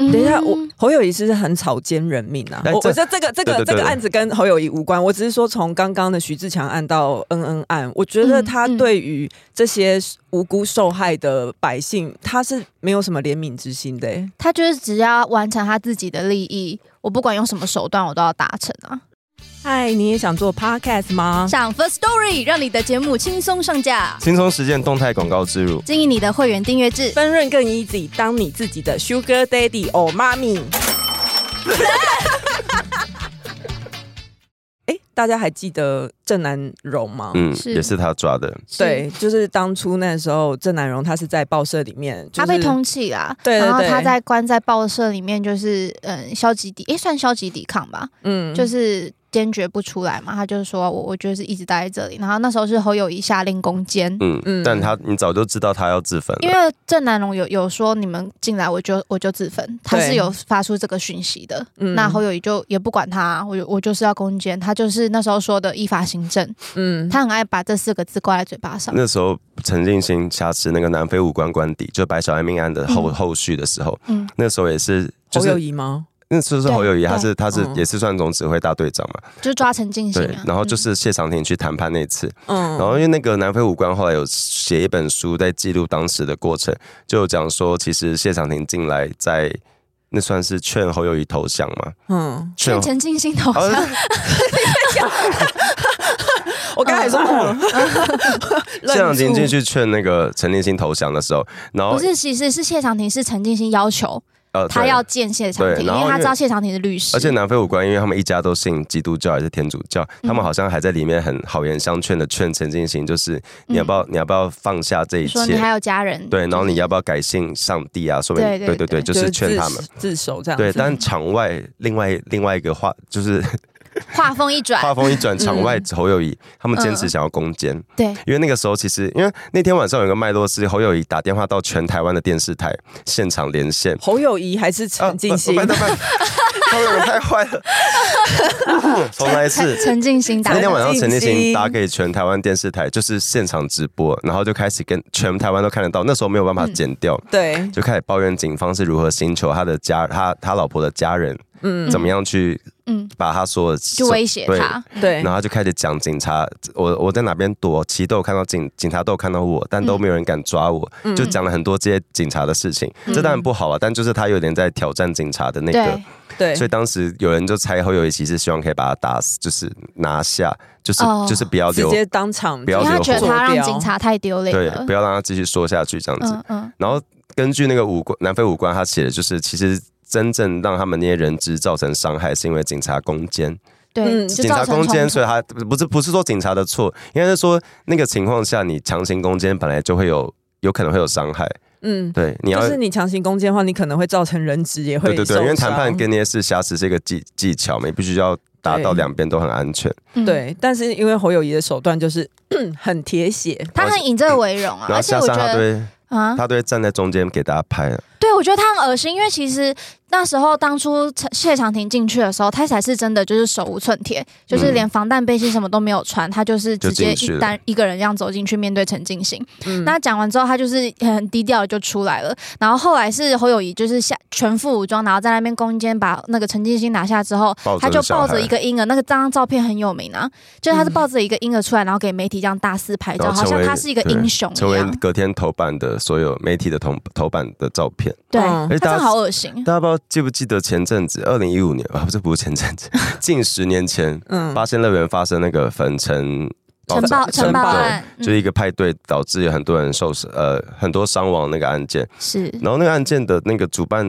[SPEAKER 2] 嗯
[SPEAKER 1] 等一下，我侯友谊是不是很草菅人命啊！
[SPEAKER 3] 哎
[SPEAKER 1] 我
[SPEAKER 3] 这
[SPEAKER 1] 我这这个这个
[SPEAKER 3] 对对
[SPEAKER 1] 这
[SPEAKER 3] 对
[SPEAKER 1] 个案子跟侯友谊无关，我只是说从刚刚的徐志强案到恩恩案，我觉得
[SPEAKER 2] 嗯
[SPEAKER 1] 他
[SPEAKER 2] 嗯
[SPEAKER 1] 对于这些无辜受害的百姓，他是没有什么怜悯之心的、欸。
[SPEAKER 2] 他就是只要完成他自己的利益，我不管用什么手段，我都要达成啊！
[SPEAKER 1] 嗨，你也想做 podcast 吗？
[SPEAKER 2] 上 First Story 让你的节目轻松上架，
[SPEAKER 3] 轻松实践动态广告植入，
[SPEAKER 2] 经营你的会员订阅制。
[SPEAKER 1] 分润更 easy，当你自己的 sugar daddy or mommy。哎、大家还记得郑南荣吗？
[SPEAKER 3] 嗯，
[SPEAKER 2] 是
[SPEAKER 3] 也是他抓的。
[SPEAKER 1] 对，，就是当初那时候郑南荣他是在报社里面，就是、
[SPEAKER 2] 他被通缉啦，
[SPEAKER 1] 对对
[SPEAKER 2] 然后
[SPEAKER 1] 对
[SPEAKER 2] 他在关在报社里面，就是嗯，消极抵，诶，算消极抵抗吧，
[SPEAKER 1] 嗯
[SPEAKER 2] 就是坚决不出来嘛。他就是说我，我就是一直待在这里。然后那时候是侯友谊下令攻坚，
[SPEAKER 3] 嗯，
[SPEAKER 1] 嗯
[SPEAKER 3] 但他你早就知道他要自焚
[SPEAKER 2] 因
[SPEAKER 3] 了，
[SPEAKER 2] 为郑南龙有有说你们进来我就我就自焚，他
[SPEAKER 1] 对
[SPEAKER 2] 是有发出这个讯息的。
[SPEAKER 1] 嗯
[SPEAKER 2] 那侯友谊就也不管他，我就我就是要攻坚，他就是那时候说的依法行政，
[SPEAKER 1] 嗯，
[SPEAKER 2] 他很爱把这四个字挂在嘴巴上。
[SPEAKER 3] 那时候陈进兴挟持那个南非武官官邸，就白小安命案的后、
[SPEAKER 2] 嗯
[SPEAKER 3] 后续的时候，
[SPEAKER 2] 嗯，
[SPEAKER 3] 那时候也是就
[SPEAKER 1] 侯友
[SPEAKER 3] 是
[SPEAKER 1] 谊吗？
[SPEAKER 3] 那时候是
[SPEAKER 2] 对
[SPEAKER 3] 侯友谊，他是
[SPEAKER 2] 对
[SPEAKER 3] 他是、
[SPEAKER 1] 嗯
[SPEAKER 3] 也是算总指挥大队长嘛，
[SPEAKER 2] 就是抓陈进兴
[SPEAKER 3] 对
[SPEAKER 2] 啊。，
[SPEAKER 3] 然后就是谢长廷去谈判那次，
[SPEAKER 1] 嗯，
[SPEAKER 3] 然后因为那个南非武官后来有写一本书在记录当时的过程，就有讲说其实谢长廷进来在那算是劝侯友谊投降嘛，啊
[SPEAKER 1] 嗯，
[SPEAKER 2] 劝陈进兴投
[SPEAKER 3] 好
[SPEAKER 2] 降，
[SPEAKER 1] 我刚才说
[SPEAKER 3] 谢长廷进，去劝那个陈立新投降的时候，然后
[SPEAKER 2] 不是，其实是谢长廷是陈进兴要求
[SPEAKER 3] 呃
[SPEAKER 2] 他
[SPEAKER 3] 哦对
[SPEAKER 2] 要见谢长
[SPEAKER 3] 对
[SPEAKER 2] 廷，因
[SPEAKER 3] 然后
[SPEAKER 2] 为他
[SPEAKER 3] 因为
[SPEAKER 2] 知道谢长廷是律师，
[SPEAKER 3] 而且南非武官，因为他们一家都信基督教还是天主教，他们好像还在里面很好言相劝的劝陈进行，就是你要不要、你要不要放下这一
[SPEAKER 2] 说嗯你还
[SPEAKER 3] 切？
[SPEAKER 2] 有家人，
[SPEAKER 3] 对，然后
[SPEAKER 2] 就是
[SPEAKER 3] 你要不要改信上帝啊？说明
[SPEAKER 2] 对对
[SPEAKER 3] 对对
[SPEAKER 2] 对
[SPEAKER 3] 对，就是劝他们。
[SPEAKER 1] 自首这样
[SPEAKER 3] 对，
[SPEAKER 1] 子。
[SPEAKER 3] 但场外另外另外一个话就是
[SPEAKER 2] 话锋一转，
[SPEAKER 3] 话锋一转，
[SPEAKER 2] [LAUGHS]
[SPEAKER 3] 场外侯友谊他们坚持
[SPEAKER 2] 嗯
[SPEAKER 3] 想要攻坚，
[SPEAKER 2] 对，
[SPEAKER 3] 因为那个时候其实因为那天晚上有个脉络是侯友谊打电话到全台湾的电视台现场连线，
[SPEAKER 1] 侯友谊还是
[SPEAKER 3] 啊
[SPEAKER 1] 陈进兴
[SPEAKER 3] 不，不不不侯友谊太坏了， [LAUGHS] 重来一次
[SPEAKER 2] 陈。 [LAUGHS] 陈进兴打
[SPEAKER 3] 那
[SPEAKER 2] 的
[SPEAKER 3] 天晚上，陈
[SPEAKER 1] 陈
[SPEAKER 3] 立
[SPEAKER 1] 立
[SPEAKER 3] 行
[SPEAKER 1] 新
[SPEAKER 3] 打给全台湾电视台，就是现场直播，然后就开始跟全台湾都看得到。那时候没有办法剪掉，
[SPEAKER 1] 对，
[SPEAKER 3] 就开始抱怨警方是如何寻求他的家、他他老婆的家人，
[SPEAKER 1] 嗯，
[SPEAKER 3] 怎么样去
[SPEAKER 2] 嗯，
[SPEAKER 3] 把他说的
[SPEAKER 2] 就威胁
[SPEAKER 3] 对
[SPEAKER 2] 他，
[SPEAKER 1] 对
[SPEAKER 3] 然后，他就开始讲警察，我我在哪边躲，其实都有看到警，警察都有看到我，但都没有人敢抓我，
[SPEAKER 1] 嗯
[SPEAKER 3] 就讲了很多这些警察的事情。
[SPEAKER 2] 嗯
[SPEAKER 3] 这当然不好啊，但就是他有点在挑战警察的那个
[SPEAKER 1] 对，
[SPEAKER 2] 对，
[SPEAKER 3] 所以当时有人就猜侯友谊其实希望可以把他打死，就是拿下，就是、
[SPEAKER 2] 哦
[SPEAKER 3] 就是不要
[SPEAKER 1] 直
[SPEAKER 3] 留，
[SPEAKER 1] 接当场
[SPEAKER 3] 不要
[SPEAKER 2] 因为
[SPEAKER 3] 留
[SPEAKER 2] 他觉得
[SPEAKER 1] 后
[SPEAKER 2] 他
[SPEAKER 1] 坐
[SPEAKER 2] 让
[SPEAKER 1] 标
[SPEAKER 2] 警察太丢脸
[SPEAKER 3] 对，
[SPEAKER 2] 了
[SPEAKER 3] 不。要让他继续说下去这样子。
[SPEAKER 2] 嗯嗯，
[SPEAKER 3] 然后根据那个武官南非武官他写的，就是其实真正让他们那些人质造成伤害，是因为警察攻坚，
[SPEAKER 2] 对，
[SPEAKER 1] 嗯
[SPEAKER 2] 就
[SPEAKER 3] 警
[SPEAKER 2] 造
[SPEAKER 3] 察
[SPEAKER 2] 成
[SPEAKER 3] 攻坚，
[SPEAKER 2] 冲
[SPEAKER 3] 所以他不是不是说警察的错，应该是说那个情况下你强行攻坚本来就会有有可能会有伤害，
[SPEAKER 1] 嗯，
[SPEAKER 3] 对，你要
[SPEAKER 1] 就是你强行攻坚的话，你可能会造成人质也会
[SPEAKER 3] 对对对，
[SPEAKER 1] 受
[SPEAKER 3] 因为谈判
[SPEAKER 1] 伤
[SPEAKER 3] 跟那些事瑕疵是一个技技巧嘛，你必须要达到
[SPEAKER 1] 对
[SPEAKER 3] 两边都很安全。
[SPEAKER 2] 突，嗯，
[SPEAKER 1] 对，但是因为侯友谊的手段就是 [CLEARS THROAT] 很铁血，
[SPEAKER 2] 他很以这为荣啊，
[SPEAKER 3] 然后
[SPEAKER 2] 而且
[SPEAKER 3] 加
[SPEAKER 2] 我
[SPEAKER 3] 上
[SPEAKER 2] 觉
[SPEAKER 3] 他
[SPEAKER 2] 得
[SPEAKER 3] 对
[SPEAKER 2] 啊，
[SPEAKER 3] 他都会站在中间给大家拍了。
[SPEAKER 2] 对，我觉得他很恶心，因为其实那时候当初陈谢长廷进去的时候，他才是真的就是手无寸铁，就是连防弹背心什么都没有穿，他就是直接
[SPEAKER 3] 嗯就进去
[SPEAKER 2] 一
[SPEAKER 3] 了
[SPEAKER 2] 单一个人这样走进去面对陈进兴。
[SPEAKER 1] 嗯
[SPEAKER 2] 那讲完之后，他就是很低调的就出来了。然后后来是侯友谊就是下全副武装，然后在那边攻坚把那个陈进兴拿下之后，
[SPEAKER 3] 抱着
[SPEAKER 2] 他就
[SPEAKER 3] 小
[SPEAKER 2] 抱着
[SPEAKER 3] 孩
[SPEAKER 2] 一个婴儿，那个张照片很有名啊，就是他是抱着一个婴儿出来，然后给媒体这样大肆拍照，
[SPEAKER 3] 然后
[SPEAKER 2] 好
[SPEAKER 3] 成
[SPEAKER 2] 像
[SPEAKER 3] 为
[SPEAKER 2] 他是一个
[SPEAKER 3] 对
[SPEAKER 2] 英雄
[SPEAKER 3] 成
[SPEAKER 2] 一
[SPEAKER 3] 为
[SPEAKER 2] 样。
[SPEAKER 3] 隔天头版的所有媒体的头头版的照片。
[SPEAKER 2] 对，
[SPEAKER 1] 嗯
[SPEAKER 2] 他
[SPEAKER 3] 而且
[SPEAKER 2] 真
[SPEAKER 3] 大
[SPEAKER 2] 的
[SPEAKER 3] 家
[SPEAKER 2] 好恶心。
[SPEAKER 3] 大家不知道记不记得前阵子，二零一五年啊，不是不是前阵
[SPEAKER 2] [LAUGHS]
[SPEAKER 3] 子，近十年前，
[SPEAKER 1] 嗯
[SPEAKER 3] 八仙乐园发生那个粉尘
[SPEAKER 2] 陈报
[SPEAKER 3] 炸
[SPEAKER 2] 陈
[SPEAKER 1] 陈
[SPEAKER 2] 报
[SPEAKER 1] 报
[SPEAKER 2] 案嗯
[SPEAKER 3] 对，就是一个派对导致有很多人受伤，呃，很多伤亡那个案件。
[SPEAKER 2] 是
[SPEAKER 3] 然后那个案件的那个主办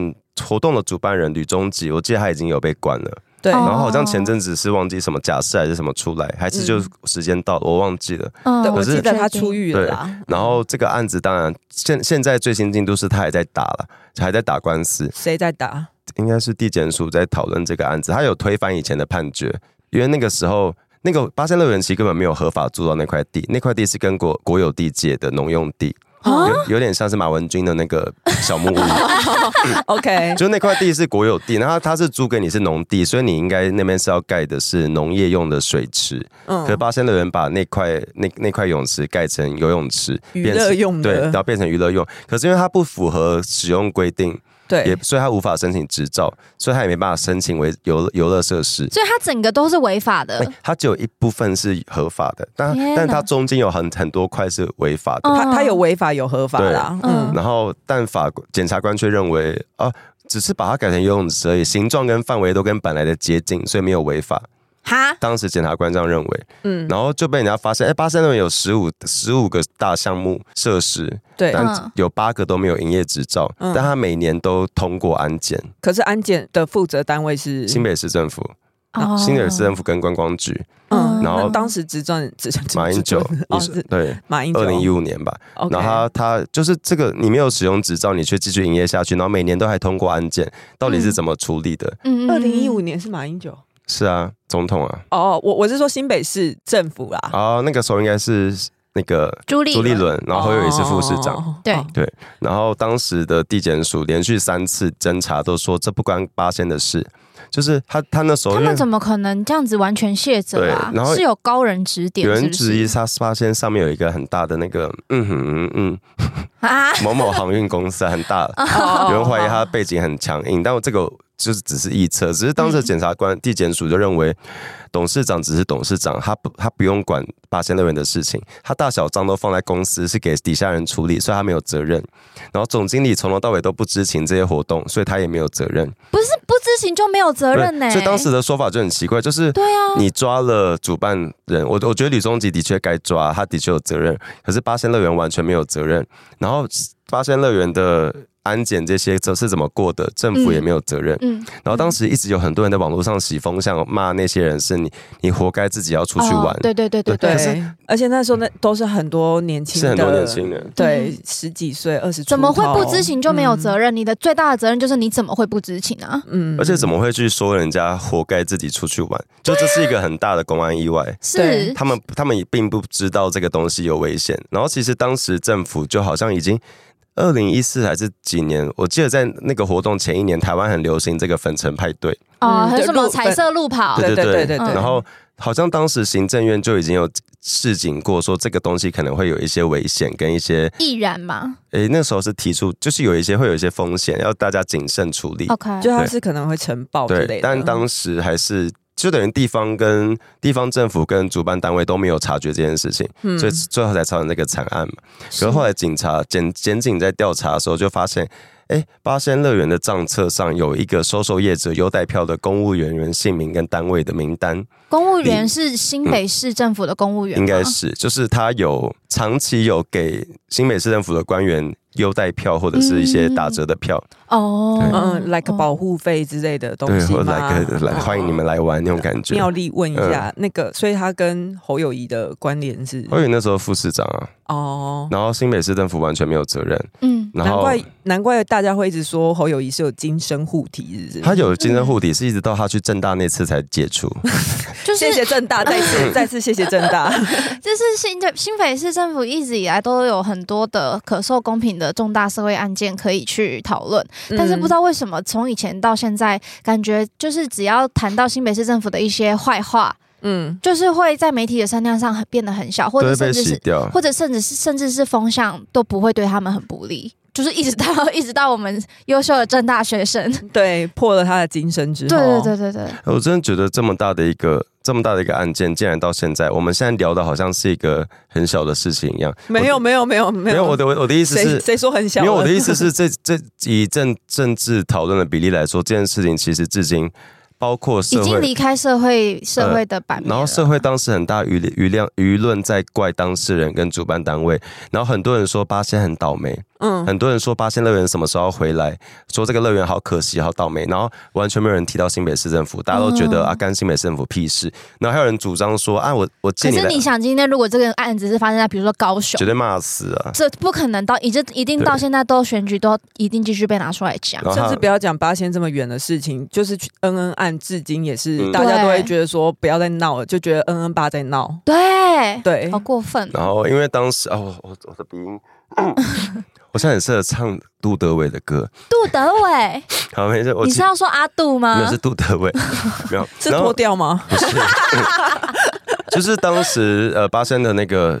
[SPEAKER 3] 活动的主办人吕中吉，我记得他已经有被关了。
[SPEAKER 1] 对，
[SPEAKER 2] 哦
[SPEAKER 3] 然后好像前阵子是忘记什么假释还是什么出来，还是就时间到了，我忘记了。
[SPEAKER 2] 嗯
[SPEAKER 1] 对，我
[SPEAKER 3] 可是
[SPEAKER 1] 记得他出狱了
[SPEAKER 3] 对
[SPEAKER 1] 啦。
[SPEAKER 3] 然后这个案子当然现现在最新进度是他还在打了，还在打官司，
[SPEAKER 1] [LAUGHS] 谁在打？
[SPEAKER 3] 应该是地检署在讨论这个案子，他有推翻以前的判决，因为那个时候。那个八仙乐园其实根本没有合法租到那块地，那块地是跟国国有地借的农用地，
[SPEAKER 2] 啊
[SPEAKER 3] 有有点像是马文君的那个小木屋，
[SPEAKER 1] 哦 OK，
[SPEAKER 3] 就那块地是国有地，然后它是租给你是农地，所以你应该那边是要盖的是农业用的水池。
[SPEAKER 1] 嗯
[SPEAKER 3] 可是八仙乐园把那块那那块泳池盖成游泳池，
[SPEAKER 1] 娱
[SPEAKER 3] 变
[SPEAKER 1] 乐
[SPEAKER 3] 成
[SPEAKER 1] 用的
[SPEAKER 3] 对，然后变成娱乐用。可是因为它不符合使用规定，也
[SPEAKER 1] 对，
[SPEAKER 3] 所以它无法申请执照，所以它也没办法申请为游游乐设施。
[SPEAKER 2] 所以它整个都是违法的
[SPEAKER 3] 哎，它只有一部分是合法的，但
[SPEAKER 2] 天哪
[SPEAKER 3] 但它中间有很很多块是违法的。
[SPEAKER 1] 他
[SPEAKER 2] 嗯
[SPEAKER 1] 他有违法有合法啦，
[SPEAKER 2] 对
[SPEAKER 1] 哦嗯
[SPEAKER 2] 嗯，
[SPEAKER 3] 然后但法检察官却认为啊，只是把它改成游泳池而已，形状跟范围都跟本来的接近，所以没有违法。
[SPEAKER 2] 哈，
[SPEAKER 3] 当时检察官这样认为，
[SPEAKER 1] 嗯
[SPEAKER 3] 嗯，然后就被人家发现，哎，八仙乐园有十五十五个大项目设施，
[SPEAKER 1] 对。
[SPEAKER 3] 但
[SPEAKER 2] 嗯
[SPEAKER 3] 有八个都没有营业执照，
[SPEAKER 1] 嗯
[SPEAKER 3] 但他每年都通过安检，
[SPEAKER 1] 可是安检的负责单位是
[SPEAKER 3] 新北市政府、
[SPEAKER 2] 哦
[SPEAKER 3] 新北市政府跟观光局，
[SPEAKER 1] 嗯，
[SPEAKER 3] 然后
[SPEAKER 1] 那当时执政执执
[SPEAKER 3] 马英九
[SPEAKER 1] 执政，哦，
[SPEAKER 3] 你是
[SPEAKER 1] 是
[SPEAKER 3] 对，
[SPEAKER 1] 马英九，
[SPEAKER 3] 二零一五年吧，
[SPEAKER 1] OK，
[SPEAKER 3] 然后他他就是这个，你没有使用执照，你却继续营业下去，然后每年都还通过安检，到底是怎么处理的？
[SPEAKER 2] 嗯
[SPEAKER 1] 二零一五年是马英九。
[SPEAKER 3] 是啊，总统啊，
[SPEAKER 1] 哦，我我是说新北市政府啦，
[SPEAKER 3] 啊，那个时候应该是那个
[SPEAKER 2] 朱立
[SPEAKER 3] 朱立伦，然后侯友宜是副市长，
[SPEAKER 1] 哦
[SPEAKER 2] 对
[SPEAKER 1] 哦
[SPEAKER 3] 然后当时的地检署连续三次侦查都说这不关八仙的事，就是他他那时候
[SPEAKER 2] 他
[SPEAKER 3] 哦因为
[SPEAKER 2] 们怎么可能这样子完全卸责啊
[SPEAKER 3] 对？然后
[SPEAKER 2] 是有高人指点，
[SPEAKER 3] 有
[SPEAKER 2] 是
[SPEAKER 3] 人
[SPEAKER 2] 不
[SPEAKER 3] 质疑
[SPEAKER 2] 是
[SPEAKER 3] 他八仙上面有一个很大的那个嗯哼嗯嗯
[SPEAKER 2] 啊？
[SPEAKER 3] 某某航运公司很大，
[SPEAKER 1] 哦
[SPEAKER 3] 有人怀疑他背景很强硬，但我这个就是只是臆测，只是当
[SPEAKER 1] 嗯
[SPEAKER 3] 时的检察官、地检署就认为董事长只是董事长，他不他不用管八仙乐园的事情，他大小账都放在公司，是给底下人处理，所以他没有责任。然后总经理从头到尾都不知情这些活动，所以他也没有责任。
[SPEAKER 2] 不是不知情就没有责任呢、
[SPEAKER 3] 对所以当时的说法就很奇怪，就是
[SPEAKER 2] 对啊，
[SPEAKER 3] 你抓了主办人，我我觉得吕宗吉的确该抓，他的确有责任。可是八仙乐园完全没有责任，然后八仙乐园的安检这些则是怎么过的，政府也没有责任。
[SPEAKER 2] 嗯，
[SPEAKER 3] 然后当时一直有很多人在网络上洗风向，骂那些人是你你活该自己要出去玩
[SPEAKER 2] 哦，对对对对
[SPEAKER 3] 可
[SPEAKER 2] 对，
[SPEAKER 1] 对，而且那时候那都是很多年轻的，
[SPEAKER 3] 是很多年轻人。
[SPEAKER 1] 对，十几岁、二十，
[SPEAKER 2] 怎么会不知情就没有
[SPEAKER 1] 嗯
[SPEAKER 2] 责任？你的最大的责任就是你怎么会不知情啊？
[SPEAKER 1] 嗯？嗯
[SPEAKER 3] 而且怎么会去说人家活该自己出去玩？就这是一个很大的公安意外。
[SPEAKER 2] 是
[SPEAKER 3] 他们他们也并不知道这个东西有危险。然后其实当时政府就好像已经。二零一四还是几年？我记得在那个活动前一年，台湾很流行这个粉尘派对，
[SPEAKER 2] 哦，
[SPEAKER 1] 嗯
[SPEAKER 2] 还有
[SPEAKER 1] 对
[SPEAKER 2] 什么
[SPEAKER 1] 路
[SPEAKER 2] 彩色路跑？
[SPEAKER 1] 对对对对
[SPEAKER 2] 对
[SPEAKER 3] 然后好像当时行政院就已经有示警过，说这个东西可能会有一些危险，跟一些
[SPEAKER 2] 易然嘛
[SPEAKER 3] 诶、那时候是提出，就是有一些会有一些风险，要大家谨慎处理。
[SPEAKER 2] ，OK，
[SPEAKER 1] 就他是可能会呈报哦之类
[SPEAKER 3] 对
[SPEAKER 1] 的，，
[SPEAKER 3] 但当时还是就等于地方跟地方政府跟主办单位都没有察觉这件事情，
[SPEAKER 1] 嗯
[SPEAKER 3] 所以最后才造成这个惨案嘛。可是后来警察检检警在调查的时候就发现，哎，八仙乐园的账册上有一个收受业者优待票的公务人员姓名跟单位的名单，
[SPEAKER 2] 公务员是新北市政府的公务员吗，
[SPEAKER 3] 应该是就是他有长期有给新北市政府的官员优待票或者是一些打折的票，
[SPEAKER 2] 哦，
[SPEAKER 1] 嗯，like 嗯
[SPEAKER 2] 哦
[SPEAKER 1] 保护费之类的东
[SPEAKER 3] 对，
[SPEAKER 1] 西哦
[SPEAKER 3] 或
[SPEAKER 1] 嘛
[SPEAKER 3] 来个来欢迎你们嗯来玩那种感觉。
[SPEAKER 1] 妙丽问一下，那个，所以他跟侯友谊的关联是
[SPEAKER 3] 哦我以为那时候副市长啊，
[SPEAKER 1] 哦，
[SPEAKER 3] 然后新北市政府完全没有责任，
[SPEAKER 2] 嗯，
[SPEAKER 3] 然
[SPEAKER 1] 难
[SPEAKER 3] 后
[SPEAKER 1] 怪难怪大家会一直说侯友谊是有金身护体，是不是？
[SPEAKER 3] 他有精神护体，是一直到他去正大那次才解除。
[SPEAKER 2] 就是
[SPEAKER 1] 谢谢正大，再 [LAUGHS] 次再次谢谢正大。
[SPEAKER 2] 就是新北新北市政府一直以来都有很多的可受公平的重大社会案件可以去讨论，但是不知道为什么从以前到现在，感觉就是只要谈到新北市政府的一些坏话，
[SPEAKER 1] 嗯，
[SPEAKER 2] 就是会在媒体的声量上很变得很小，或
[SPEAKER 3] 都
[SPEAKER 2] 者
[SPEAKER 3] 会
[SPEAKER 2] 甚
[SPEAKER 3] 被
[SPEAKER 2] 至
[SPEAKER 3] 洗
[SPEAKER 2] 是
[SPEAKER 3] 掉。
[SPEAKER 2] 或者甚至是甚至是风向都不会对他们很不利，就是一直到一直到我们优秀的正大学
[SPEAKER 3] [LAUGHS]
[SPEAKER 2] 生，
[SPEAKER 1] 嗯，对，破了他的金身之后，
[SPEAKER 2] 对对对对对，
[SPEAKER 3] 我真的觉得这么大的一个这么大的一个案件，竟然到现在，我们现在聊的好像是一个很小的事情一样。
[SPEAKER 1] 没有没有没有没
[SPEAKER 3] 没有，我的我我的意思
[SPEAKER 1] 谁
[SPEAKER 3] 是，
[SPEAKER 1] 谁说很小
[SPEAKER 3] 因
[SPEAKER 1] 了？
[SPEAKER 3] 为我的意思是，这这以政政治讨论的比例来说，这件事情其实至今包括
[SPEAKER 2] 已
[SPEAKER 3] 社
[SPEAKER 2] 经
[SPEAKER 3] 会，
[SPEAKER 2] 离开社会社会的版面了、
[SPEAKER 3] 然后社会当时很大舆舆量舆论在怪当事人跟主办单位，然后很多人说八仙很倒霉，
[SPEAKER 1] 嗯，
[SPEAKER 3] 很多人说八仙乐园什么时候要回来，说这个乐园好可惜，好倒霉，然后完全没有人提到新北市政府，大家都觉得、
[SPEAKER 2] 嗯
[SPEAKER 3] 啊干新北市政府屁事，然后还有人主张说啊我我
[SPEAKER 2] 可
[SPEAKER 3] 借你
[SPEAKER 2] 是
[SPEAKER 3] 的，
[SPEAKER 2] 你想，今天如果这个案子是发生在比如说高雄
[SPEAKER 3] 绝，对骂死啊，
[SPEAKER 2] 这不可能到一直一定到现在都选举都一定继续被拿出来讲。
[SPEAKER 3] 然后
[SPEAKER 1] 甚
[SPEAKER 3] 他
[SPEAKER 1] 至不要讲八仙这么远的事情，就是去恩恩案，至今也是、
[SPEAKER 3] 嗯
[SPEAKER 1] 大家都会
[SPEAKER 2] 对
[SPEAKER 1] 觉得说不要再闹了，就觉得恩恩爸在闹。
[SPEAKER 2] 对，
[SPEAKER 1] 对
[SPEAKER 2] 好，过分。
[SPEAKER 3] 然后因为当时啊，我我我的鼻音，我现在很适合唱杜德伟的歌。
[SPEAKER 2] 杜德伟，
[SPEAKER 3] 好，没事，我
[SPEAKER 2] 你
[SPEAKER 3] 其
[SPEAKER 2] 是啊要说阿杜
[SPEAKER 3] 没有
[SPEAKER 2] 吗
[SPEAKER 3] 是？杜德伟，没有，
[SPEAKER 1] 是
[SPEAKER 3] 然
[SPEAKER 1] 脱
[SPEAKER 3] 后
[SPEAKER 1] 掉吗？
[SPEAKER 3] 不是，就是当时呃八仙的那个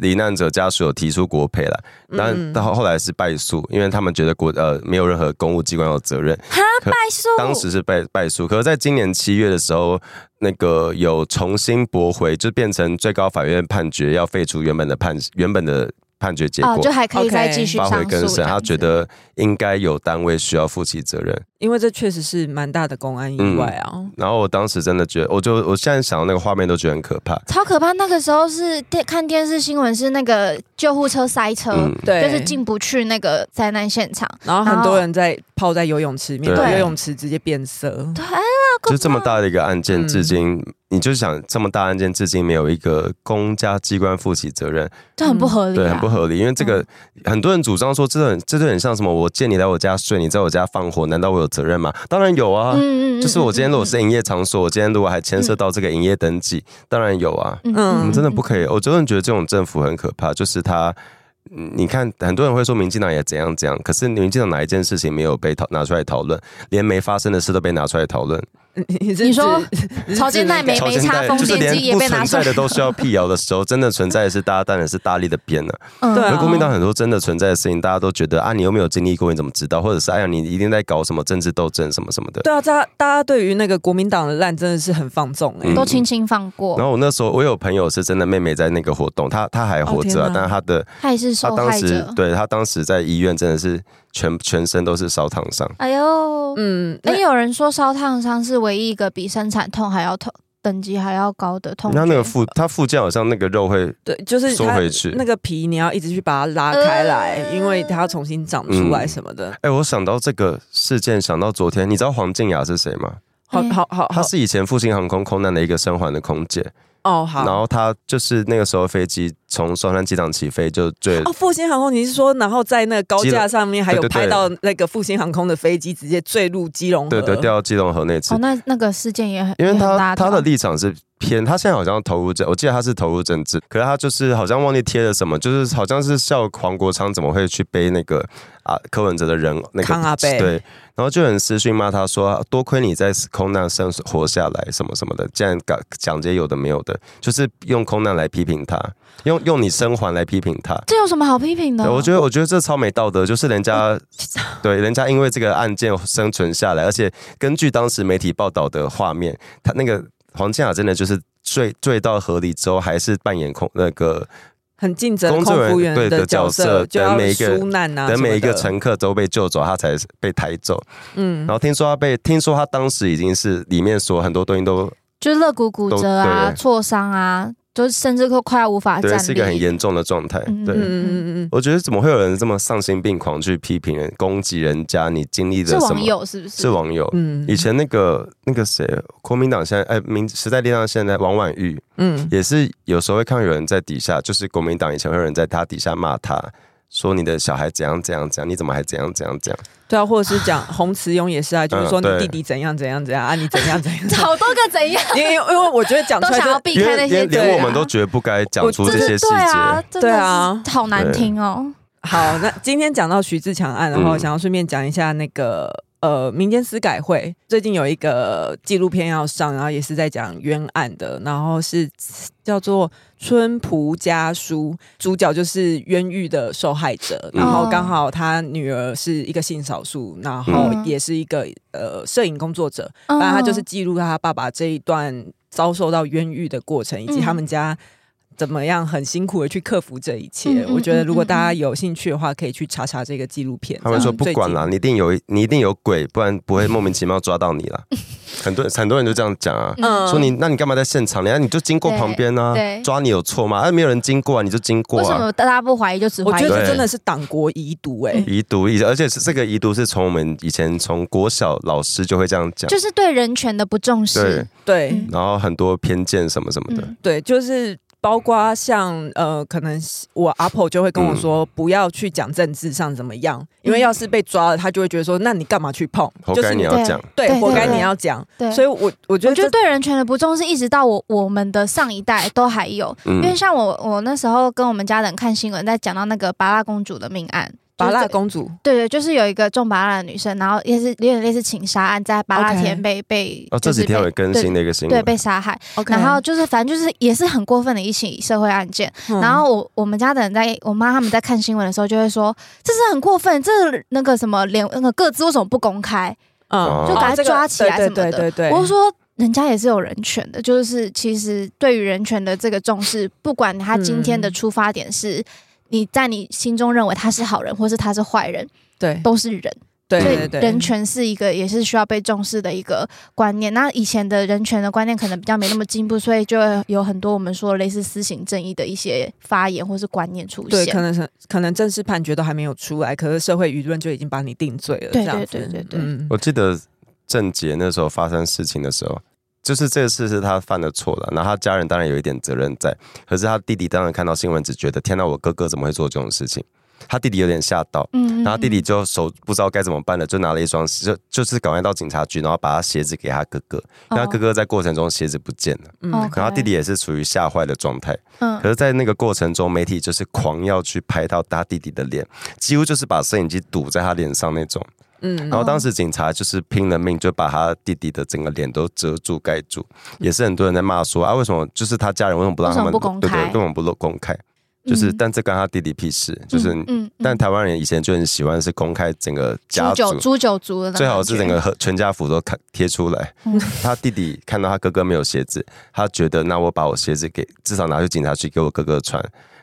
[SPEAKER 3] 罹难者家属有提出国赔了，但到后来是败诉，因为他们觉得国呃没有任何公务机关有责任，
[SPEAKER 2] 哈，
[SPEAKER 3] 可
[SPEAKER 2] 败诉。
[SPEAKER 3] [LAUGHS] 当时是败败诉，可是在今年七月的时候，那个有重新驳回，就变成最高法院判决要废除原本的判原本的判决结果，
[SPEAKER 2] 哦，就还可以再继续
[SPEAKER 3] 发
[SPEAKER 2] 上诉
[SPEAKER 3] 回
[SPEAKER 2] 这
[SPEAKER 3] 更
[SPEAKER 2] 样子。
[SPEAKER 3] 审，他觉得应该有单位需要负起责任。
[SPEAKER 1] 因为这确实是蛮大的公安意外啊。
[SPEAKER 3] 然后我当时真的觉得，我就我现在想到那个画面都觉得很可怕。
[SPEAKER 2] 超可怕。那个时候是电看电视新闻，是那个救护车塞车。
[SPEAKER 3] 嗯，
[SPEAKER 1] 对，
[SPEAKER 2] 就是进不去那个灾难现场，
[SPEAKER 1] 然后很多人在泡在游泳池里面，
[SPEAKER 3] 对
[SPEAKER 1] 游泳池直接变色。 [LAUGHS]
[SPEAKER 2] 对，啊好可怕
[SPEAKER 3] 就这么大的一个案件，
[SPEAKER 1] 嗯
[SPEAKER 3] 至今、你就想这么大案件，至今没有一个公家机关负起责任，
[SPEAKER 2] 就很不合理、啊嗯
[SPEAKER 3] 对，很不合理。因为这个、很多人主张说，这很这就很像什么，我借你来我家睡，你在我家放火，难道我有责任吗？当然有啊。
[SPEAKER 2] 嗯
[SPEAKER 3] 就是我今天如果是营业场所，我今天如果还牵涉到这个营业登记，当然有啊。
[SPEAKER 2] 嗯
[SPEAKER 1] 嗯
[SPEAKER 3] 我们真的不可以，我真的觉得这种政府很可怕，就是他。嗯你看，很多人会说民进党也怎样怎样，可是民进党哪一件事情没有被讨拿出来讨论，连没发生的事都被拿出来讨论，
[SPEAKER 1] 你是
[SPEAKER 2] 你说
[SPEAKER 1] 指你是
[SPEAKER 2] 曹建
[SPEAKER 1] 指
[SPEAKER 2] 奈
[SPEAKER 1] 那
[SPEAKER 2] 没
[SPEAKER 1] 个
[SPEAKER 3] 超现代
[SPEAKER 2] 插
[SPEAKER 3] 就是
[SPEAKER 2] 风电
[SPEAKER 3] 连
[SPEAKER 2] 机也
[SPEAKER 3] 不
[SPEAKER 2] 被拿
[SPEAKER 3] 存
[SPEAKER 2] 出来
[SPEAKER 3] 在的都需要辟谣的时候，真的存在的是大家当然是大力的编了、
[SPEAKER 2] 嗯
[SPEAKER 1] 对
[SPEAKER 3] 而
[SPEAKER 1] 啊
[SPEAKER 3] 国民党很多真的存在的事情，大家都觉得啊，你又没有经历过，你怎么知道？或者是哎呀，你一定在搞什么政治斗争什么什么的。
[SPEAKER 1] 对啊，大家大家对于那个国民党的烂真的是很放纵哎、
[SPEAKER 3] 嗯
[SPEAKER 2] 都轻轻放过
[SPEAKER 3] 然，后我那时候我有朋友是真的妹妹在那个活动，她她还活着、啊
[SPEAKER 1] 哦天哪，
[SPEAKER 3] 但她的
[SPEAKER 2] 他也是
[SPEAKER 3] 他
[SPEAKER 2] 受
[SPEAKER 3] 当
[SPEAKER 2] 害
[SPEAKER 3] 时
[SPEAKER 2] 者。
[SPEAKER 3] 对他当时在医院真的是全全身都是烧烫伤，
[SPEAKER 2] 哎呦，
[SPEAKER 1] 嗯，
[SPEAKER 2] 哎、
[SPEAKER 1] 那
[SPEAKER 2] 有人说烧烫伤是唯一一个比生产痛还要痛等级还要高的痛觉。
[SPEAKER 3] 他那个附他附件好像那个肉会
[SPEAKER 1] 对，就是
[SPEAKER 3] 缩
[SPEAKER 1] 它
[SPEAKER 3] 回去
[SPEAKER 1] 那个皮，你要一直去把它拉开来，
[SPEAKER 2] 呃
[SPEAKER 1] 因为它要重新长出来
[SPEAKER 3] 嗯
[SPEAKER 1] 什么的。
[SPEAKER 3] 哎、我想到这个事件，想到昨天，你知道黄静雅是谁吗？
[SPEAKER 1] 好
[SPEAKER 2] 哎
[SPEAKER 1] 好好
[SPEAKER 3] 她
[SPEAKER 1] 好
[SPEAKER 3] 是以前复兴航空空难的一个生还的空姐，
[SPEAKER 1] 哦
[SPEAKER 3] 然
[SPEAKER 1] 好。
[SPEAKER 3] 后她就是那个时候飞机从双山机场起飞就坠，
[SPEAKER 1] 哦，复兴航空，你是说，然后在那个高
[SPEAKER 3] 基隆
[SPEAKER 1] 架上面还有
[SPEAKER 3] 对对对
[SPEAKER 1] 拍到那个复兴航空的飞机直接坠入基隆河？
[SPEAKER 3] 对对，掉到基隆河那次
[SPEAKER 2] 哦，，那那个事件也很，
[SPEAKER 3] 因为
[SPEAKER 2] 也很
[SPEAKER 3] 他
[SPEAKER 2] 大条
[SPEAKER 3] 他的立场是偏，他现在好像投入政，我记得他是投入政治，可是他就是好像忘记贴了什么，就是好像是笑黄国昌怎么会去背那个啊柯文哲的人那个
[SPEAKER 1] 康阿贝
[SPEAKER 3] 对，然后就有人私讯骂他说，多亏你在空难生活下来什么什么的，竟然讲讲这些有的没有的，就是用空难来批评他，用用你生还来批评他。
[SPEAKER 2] 这有什么好批评的？
[SPEAKER 3] 对，我觉得我觉得这超没道德，就是人 [LAUGHS] 家嗯哦对人家因为这个案件生存下来，而且根据当时媒体报道的画面，他那个黄健雅真的就是坠坠到河里之后，还是扮演空那个
[SPEAKER 1] 很尽责
[SPEAKER 3] 工
[SPEAKER 1] 空
[SPEAKER 3] 作人员
[SPEAKER 1] 服员
[SPEAKER 3] 对
[SPEAKER 1] 的
[SPEAKER 3] 的角
[SPEAKER 1] 色，
[SPEAKER 3] 色
[SPEAKER 1] 就
[SPEAKER 3] 等
[SPEAKER 1] 要
[SPEAKER 3] 每一个
[SPEAKER 1] 疏难啊，
[SPEAKER 3] 等每一个
[SPEAKER 1] 城，
[SPEAKER 3] 乘客都被救走，他才被抬走。
[SPEAKER 1] 嗯
[SPEAKER 3] 然，后听说他被听说他当时已经是里面所有很多东西都
[SPEAKER 2] 就是肋骨骨折啊、
[SPEAKER 3] 都对
[SPEAKER 2] 挫伤啊，就是甚至都快要无法站
[SPEAKER 3] 对，
[SPEAKER 2] 立。
[SPEAKER 3] 是一个很严重的状态。
[SPEAKER 2] 嗯
[SPEAKER 1] 嗯
[SPEAKER 3] 对，
[SPEAKER 1] 嗯嗯嗯，
[SPEAKER 3] 我觉得怎么会有人这么丧心病狂去批评人、攻击人家？你经历
[SPEAKER 2] 是
[SPEAKER 3] 的什
[SPEAKER 2] 网
[SPEAKER 3] 么？
[SPEAKER 2] 友是不是？
[SPEAKER 3] 是网友。
[SPEAKER 1] 嗯
[SPEAKER 3] 以前那个那个谁，国民党现在哎，民时代力量现在王婉玉
[SPEAKER 1] 嗯
[SPEAKER 3] 也是有时候会看到有人在底下，就是国民党以前会有人在他底下骂他，说你的小孩怎样怎样怎样，你怎么还怎样怎样怎样？
[SPEAKER 1] 对啊，或者是
[SPEAKER 3] [LAUGHS]
[SPEAKER 1] 讲洪慈庸也是啊，就是说
[SPEAKER 3] 嗯对
[SPEAKER 1] 你弟弟怎样怎样怎样啊，你怎样怎
[SPEAKER 2] [LAUGHS]
[SPEAKER 1] 样，
[SPEAKER 2] [LAUGHS] 好多个怎样
[SPEAKER 1] 因为因为我觉得讲
[SPEAKER 2] 都
[SPEAKER 1] 出来
[SPEAKER 2] 想要
[SPEAKER 1] 就
[SPEAKER 2] 避
[SPEAKER 3] 因
[SPEAKER 2] 开
[SPEAKER 3] 为
[SPEAKER 2] 那
[SPEAKER 3] 连
[SPEAKER 2] 些字啊，
[SPEAKER 3] 连我们都觉得不该讲出这
[SPEAKER 2] 这
[SPEAKER 3] 些
[SPEAKER 2] 是
[SPEAKER 3] 细
[SPEAKER 2] 对啊
[SPEAKER 3] 节。，
[SPEAKER 2] 真的
[SPEAKER 1] 对啊
[SPEAKER 2] 是好难听哦。
[SPEAKER 1] 好。那今天讲到徐志强案的话，
[SPEAKER 3] 嗯
[SPEAKER 1] 我想要顺便讲一下那个呃民间司改会最近有一个纪录片要上，然后也是在讲冤案的，然后是叫做《春仆家书》，主角就是冤狱的受害者，
[SPEAKER 3] 嗯
[SPEAKER 1] 然后刚好他女儿是一个性少数，然后
[SPEAKER 3] 嗯
[SPEAKER 1] 也是一个呃摄影工作者，
[SPEAKER 2] 嗯
[SPEAKER 1] 反正他就是记录他爸爸这一段遭受到冤狱的过程，以及他
[SPEAKER 2] 嗯
[SPEAKER 1] 们家怎么样很辛苦的去克服这一切。
[SPEAKER 2] 嗯嗯
[SPEAKER 1] 我觉得如果
[SPEAKER 2] 嗯嗯
[SPEAKER 1] 大家有兴趣的话，可以去查查这个纪录片。
[SPEAKER 3] 他们说不管啦，
[SPEAKER 1] 了，
[SPEAKER 3] 你一定有你一定有鬼，不然不会莫名其妙抓到你
[SPEAKER 2] [LAUGHS]
[SPEAKER 3] 啦。很多很多人就这样讲啊，
[SPEAKER 1] 嗯
[SPEAKER 3] 说你那你干嘛在现场？你看你就经过旁边啊
[SPEAKER 2] 对，对
[SPEAKER 3] 抓你有错吗？啊，没有人经过啊，你就经过
[SPEAKER 2] 为什
[SPEAKER 3] 啊。
[SPEAKER 2] 么大家不怀疑就只
[SPEAKER 1] 我
[SPEAKER 2] 怀疑
[SPEAKER 1] 觉
[SPEAKER 2] 你？
[SPEAKER 1] 得
[SPEAKER 3] 对
[SPEAKER 1] 真的是党国遗毒哎、
[SPEAKER 2] 嗯
[SPEAKER 3] 遗毒，遗而且是这个遗毒是从我们以前从国小老师就会这样讲，
[SPEAKER 2] 就是对人权的不重视
[SPEAKER 1] 对、
[SPEAKER 3] 对。，
[SPEAKER 2] 嗯
[SPEAKER 3] 然后很多偏见什么什么的，
[SPEAKER 2] 嗯
[SPEAKER 1] 对，就是。包括像呃，可能我阿婆就会
[SPEAKER 3] 嗯
[SPEAKER 1] 跟我说，不要去讲政治上怎么样，因
[SPEAKER 2] 嗯
[SPEAKER 1] 为要是被抓了，他就会觉得说，那你干嘛去碰？
[SPEAKER 3] 活
[SPEAKER 1] 就
[SPEAKER 3] 该
[SPEAKER 1] 是
[SPEAKER 3] 你啊
[SPEAKER 1] 你
[SPEAKER 3] 要讲，
[SPEAKER 1] 对，
[SPEAKER 2] 对啊
[SPEAKER 1] 活该
[SPEAKER 3] 对
[SPEAKER 1] 你要讲。
[SPEAKER 2] 对，
[SPEAKER 1] 所以我我觉
[SPEAKER 2] 我
[SPEAKER 1] 得
[SPEAKER 2] 觉
[SPEAKER 1] 这
[SPEAKER 2] 得对人权的不重视，一直到我我们的上一代都还有。因为
[SPEAKER 3] 嗯，
[SPEAKER 2] 像我，我那时候跟我们家人看新闻，在讲到那个巴拉公主的命案，
[SPEAKER 1] 拔蜡
[SPEAKER 2] 就是
[SPEAKER 1] 公主，
[SPEAKER 2] 对对，就是有一个中巴拉的女生，然后也是有点类似情杀案，在巴拉
[SPEAKER 1] OK
[SPEAKER 2] 田被被
[SPEAKER 3] 哦，这
[SPEAKER 2] 就是
[SPEAKER 3] 几天有
[SPEAKER 2] 被
[SPEAKER 3] 更新的一个新
[SPEAKER 2] 对
[SPEAKER 3] 闻，
[SPEAKER 2] 被杀害，
[SPEAKER 1] OK
[SPEAKER 2] 然后就是反正就是也是很过分的一起社会案件。
[SPEAKER 1] 嗯
[SPEAKER 2] 然后我我们家的人在我妈他们在看新闻的时候就会说，这是很过分，这那个什么连那个各自为什么不公开？
[SPEAKER 1] 嗯，
[SPEAKER 3] 就
[SPEAKER 2] 把
[SPEAKER 1] 哦
[SPEAKER 2] 他
[SPEAKER 1] 这个
[SPEAKER 2] 抓起来
[SPEAKER 1] 对
[SPEAKER 2] 什么
[SPEAKER 1] 对
[SPEAKER 2] 的
[SPEAKER 1] 对对对，
[SPEAKER 2] 我是说。人家也是有人权的，就是其实对于人权的这个重视，不管他今天的
[SPEAKER 1] 嗯
[SPEAKER 2] 出发点是、你在你心中认为他是好人，或是他是坏人，
[SPEAKER 1] 对
[SPEAKER 2] 都是人。
[SPEAKER 1] 对
[SPEAKER 2] 所
[SPEAKER 1] 对
[SPEAKER 2] 以
[SPEAKER 1] 对
[SPEAKER 2] 人权是一个也是需要被重视的一个观念。那以前的人权的观念可能比较没那么进步，所以就会有很多我们说类似私刑正义的一些发言或是观念出
[SPEAKER 1] 对，
[SPEAKER 2] 现。
[SPEAKER 1] 可能是可能正式判决都还没有出来，可是社会舆论就已经把你定罪了，
[SPEAKER 2] 对
[SPEAKER 1] 这样子
[SPEAKER 2] 对对对对
[SPEAKER 1] 嗯
[SPEAKER 3] 我记得郑杰那时候发生事情的时候，就是这个事是他犯的错了，然后他家人当然有一点责任在，可是他弟弟当然看到新闻只觉得天哪，我哥哥怎么会做这种事情？他弟弟有点吓到，
[SPEAKER 2] 嗯，嗯
[SPEAKER 3] 然后弟
[SPEAKER 2] 嗯
[SPEAKER 3] 弟就手不知道该怎么办了，就拿了一双就就是赶快到警察局，然后把他鞋子给他哥哥，因为他
[SPEAKER 2] 哦
[SPEAKER 3] 哥哥在过程中鞋子不见了，
[SPEAKER 1] 嗯
[SPEAKER 2] OK
[SPEAKER 3] 然后他弟弟也是处于吓坏的状态，
[SPEAKER 2] 嗯
[SPEAKER 3] 可是，在那个过程中，媒体就是狂要去拍到他弟弟的脸，几乎就是把摄影机堵在他脸上那种。
[SPEAKER 1] 嗯
[SPEAKER 3] 然后
[SPEAKER 2] 哦
[SPEAKER 3] 当时警察就是拼了命，就把他弟弟的整个脸都遮住盖住，也是很多人在骂说啊，为什么就是他家人为什么不让他
[SPEAKER 2] 为
[SPEAKER 3] 们
[SPEAKER 2] 什么不公
[SPEAKER 3] 对对
[SPEAKER 2] 开
[SPEAKER 3] 根本不露公开？就是，
[SPEAKER 2] 嗯
[SPEAKER 3] 但这跟他弟弟屁事，就是。
[SPEAKER 2] 嗯嗯嗯
[SPEAKER 3] 但台湾人以前就很喜欢是公开整个家
[SPEAKER 2] 猪九
[SPEAKER 3] 族，
[SPEAKER 2] 猪九族的那种
[SPEAKER 3] 最好是
[SPEAKER 2] 感
[SPEAKER 3] 整
[SPEAKER 2] 觉
[SPEAKER 3] 个和全家福都看贴出来。
[SPEAKER 2] 嗯
[SPEAKER 3] 他弟弟看到他哥哥没有鞋子，他觉得那我把我鞋子给至少拿去警察局给我哥哥穿。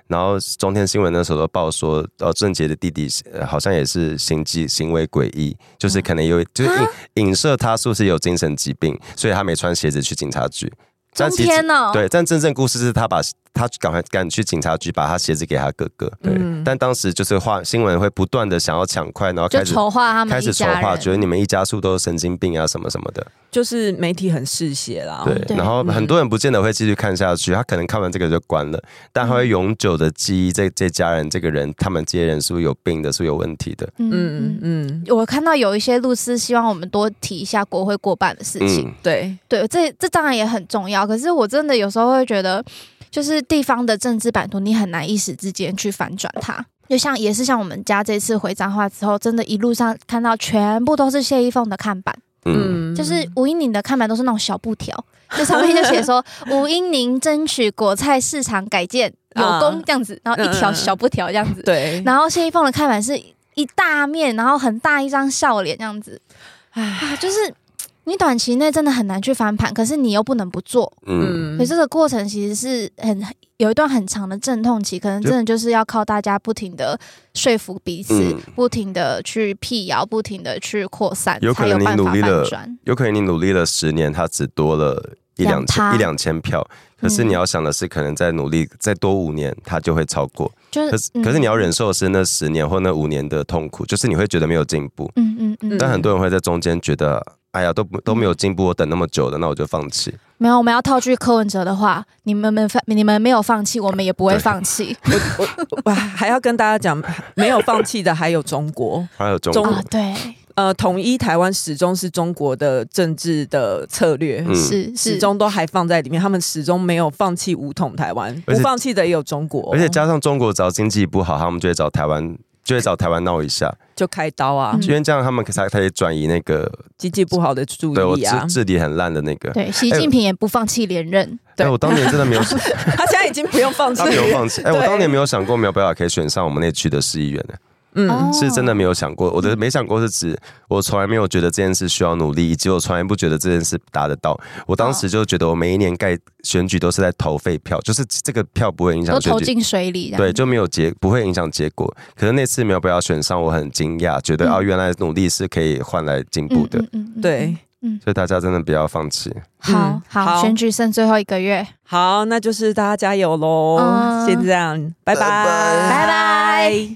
[SPEAKER 3] 然后中天新闻那时候都报说，呃，郑杰的弟弟、呃好像也是行迹行为诡异，
[SPEAKER 2] 嗯
[SPEAKER 3] 就是可能有就是
[SPEAKER 2] 啊
[SPEAKER 3] 影影射他是不是有精神疾病，所以他没穿鞋子去警察局。
[SPEAKER 2] 中
[SPEAKER 3] 但其实
[SPEAKER 2] 天哦，
[SPEAKER 3] 对，但真正故事是他把他赶快赶去警察局把他鞋子给他哥哥。对，
[SPEAKER 1] 嗯
[SPEAKER 3] 但当时就是话新闻会不断的想要抢快，然后
[SPEAKER 2] 就
[SPEAKER 3] 开始
[SPEAKER 2] 丑化他们
[SPEAKER 3] 开
[SPEAKER 2] 一
[SPEAKER 3] 始筹
[SPEAKER 2] 家
[SPEAKER 3] 划，
[SPEAKER 2] 人，嗯
[SPEAKER 3] 觉得你们一家族都是神经病啊什么什么的。
[SPEAKER 1] 就是媒体很嗜血啦，
[SPEAKER 3] 对，
[SPEAKER 2] 哦对
[SPEAKER 3] 然后
[SPEAKER 1] 嗯
[SPEAKER 3] 很多人不见得会继续看下去，他可能看完这个就关了，但他会永久的记忆这这家人这个人，他们这些人是不是有病的，是不是有问题的。
[SPEAKER 1] 嗯嗯嗯，
[SPEAKER 2] 我看到有一些律师希望我们多提一下国会过半的事情，
[SPEAKER 3] 嗯，
[SPEAKER 1] 对，
[SPEAKER 2] 对，这这当然也很重要。可是我真的有时候会觉得，就是地方的政治版图，你很难一时之间去反转它。就像也是像我们家这次回彰化之后，真的一路上看到全部都是谢依凤的看板，
[SPEAKER 3] 嗯，
[SPEAKER 2] 就是吴英宁的看板都是那种小布条，就上面就写
[SPEAKER 3] [LAUGHS]
[SPEAKER 2] 说吴英宁争取果菜市场改建有功
[SPEAKER 1] 啊
[SPEAKER 2] 这样子，然后一
[SPEAKER 3] 嗯
[SPEAKER 2] 条小布条这样子。
[SPEAKER 1] 对，
[SPEAKER 2] 然后谢依凤的看板是一大面，然后很大一张笑脸这样子，
[SPEAKER 1] 唉
[SPEAKER 2] 啊，就是你短期内真的很难去翻盘，可是你又不能不做，
[SPEAKER 3] 嗯，
[SPEAKER 2] 可是这个过程其实是很有一段很长的阵痛期，可能真的就是要靠大家不停的说服彼此，
[SPEAKER 3] 嗯
[SPEAKER 2] 不停的去辟谣，不停的去扩散，
[SPEAKER 3] 有可
[SPEAKER 2] 才
[SPEAKER 3] 能
[SPEAKER 2] 有办
[SPEAKER 3] 你努
[SPEAKER 2] 法
[SPEAKER 3] 力了
[SPEAKER 2] 反转。
[SPEAKER 3] 有可能你努力了十年，他只多了一
[SPEAKER 2] 两
[SPEAKER 3] 两千
[SPEAKER 2] 趴
[SPEAKER 3] 一两千票，可可是你要想的是，可能再努力再多五年，它就会超过。
[SPEAKER 2] 就
[SPEAKER 3] 可是可是你要
[SPEAKER 2] 嗯
[SPEAKER 3] 忍受的是那十年或那五年的痛苦，就是你会觉得没有进步。
[SPEAKER 2] 嗯嗯嗯，
[SPEAKER 3] 但很多人会在中间觉得，哎呀，都不都没有进步，我等那么久了，那我就放弃。
[SPEAKER 2] 没有，我们要套句柯文哲的话，你们没放，你们没有放弃，我们也不会
[SPEAKER 3] 对
[SPEAKER 2] 放
[SPEAKER 3] [LAUGHS]
[SPEAKER 2] 弃
[SPEAKER 1] 哇，还要跟大家讲， [LAUGHS] 没有放弃的还有中国。
[SPEAKER 3] 还有中
[SPEAKER 1] 中
[SPEAKER 3] 国
[SPEAKER 2] 啊。对，
[SPEAKER 1] 呃，统一台湾始终是中国的政治的策略，
[SPEAKER 3] 嗯
[SPEAKER 2] 是
[SPEAKER 1] 始
[SPEAKER 2] 是，
[SPEAKER 1] 终都还放在里面，他们始终没有放弃武统台湾，不
[SPEAKER 3] 而且
[SPEAKER 1] 放弃的也有中国，
[SPEAKER 3] 而且加上中国只要经济不好，他们就会找台湾，就会找台湾闹一下，
[SPEAKER 1] 就开刀啊，
[SPEAKER 2] 嗯
[SPEAKER 3] 因为这样他们才可以转移那个
[SPEAKER 1] 经济不好的注
[SPEAKER 3] 对我
[SPEAKER 1] 意
[SPEAKER 3] 治
[SPEAKER 1] 啊，
[SPEAKER 3] 治理很烂的那哎个。
[SPEAKER 2] 对，习近平也不放弃连任，
[SPEAKER 1] 对
[SPEAKER 3] 哎，我当年真的没有，
[SPEAKER 1] 他现在已经不用
[SPEAKER 3] [LAUGHS]
[SPEAKER 1] 放弃
[SPEAKER 3] 他没有
[SPEAKER 1] 了，
[SPEAKER 3] 放弃。哎，我当年没有想过苗博雅可以选上我们那区的市议员呢，
[SPEAKER 1] 嗯
[SPEAKER 2] 哦嗯
[SPEAKER 3] 是真的没有想过。我的没想过是指我从来没有觉得这件事需要努力，以及我从来不觉得这件事达得到。我当
[SPEAKER 2] 哦
[SPEAKER 3] 时就觉得我每一年盖选举都是在投废票，就是这个票不会影响
[SPEAKER 2] 都
[SPEAKER 3] 选
[SPEAKER 2] 投
[SPEAKER 3] 举
[SPEAKER 2] 进水里这样，
[SPEAKER 3] 对，就没有结，不会影响结果。可是那次没有被他选上，我很惊讶，觉得、
[SPEAKER 2] 嗯
[SPEAKER 3] 啊，原来努力是可以换来进
[SPEAKER 2] 嗯
[SPEAKER 3] 步的。
[SPEAKER 2] 嗯嗯嗯
[SPEAKER 1] 对，
[SPEAKER 3] 所以大家真的不要放弃。
[SPEAKER 2] 好
[SPEAKER 1] 嗯
[SPEAKER 2] 好，
[SPEAKER 1] 好
[SPEAKER 2] 选举剩最后一个月，
[SPEAKER 1] 好，那就是大家加油喽，
[SPEAKER 2] 嗯
[SPEAKER 1] 先这样，拜拜，
[SPEAKER 2] 拜
[SPEAKER 1] 拜
[SPEAKER 2] 拜。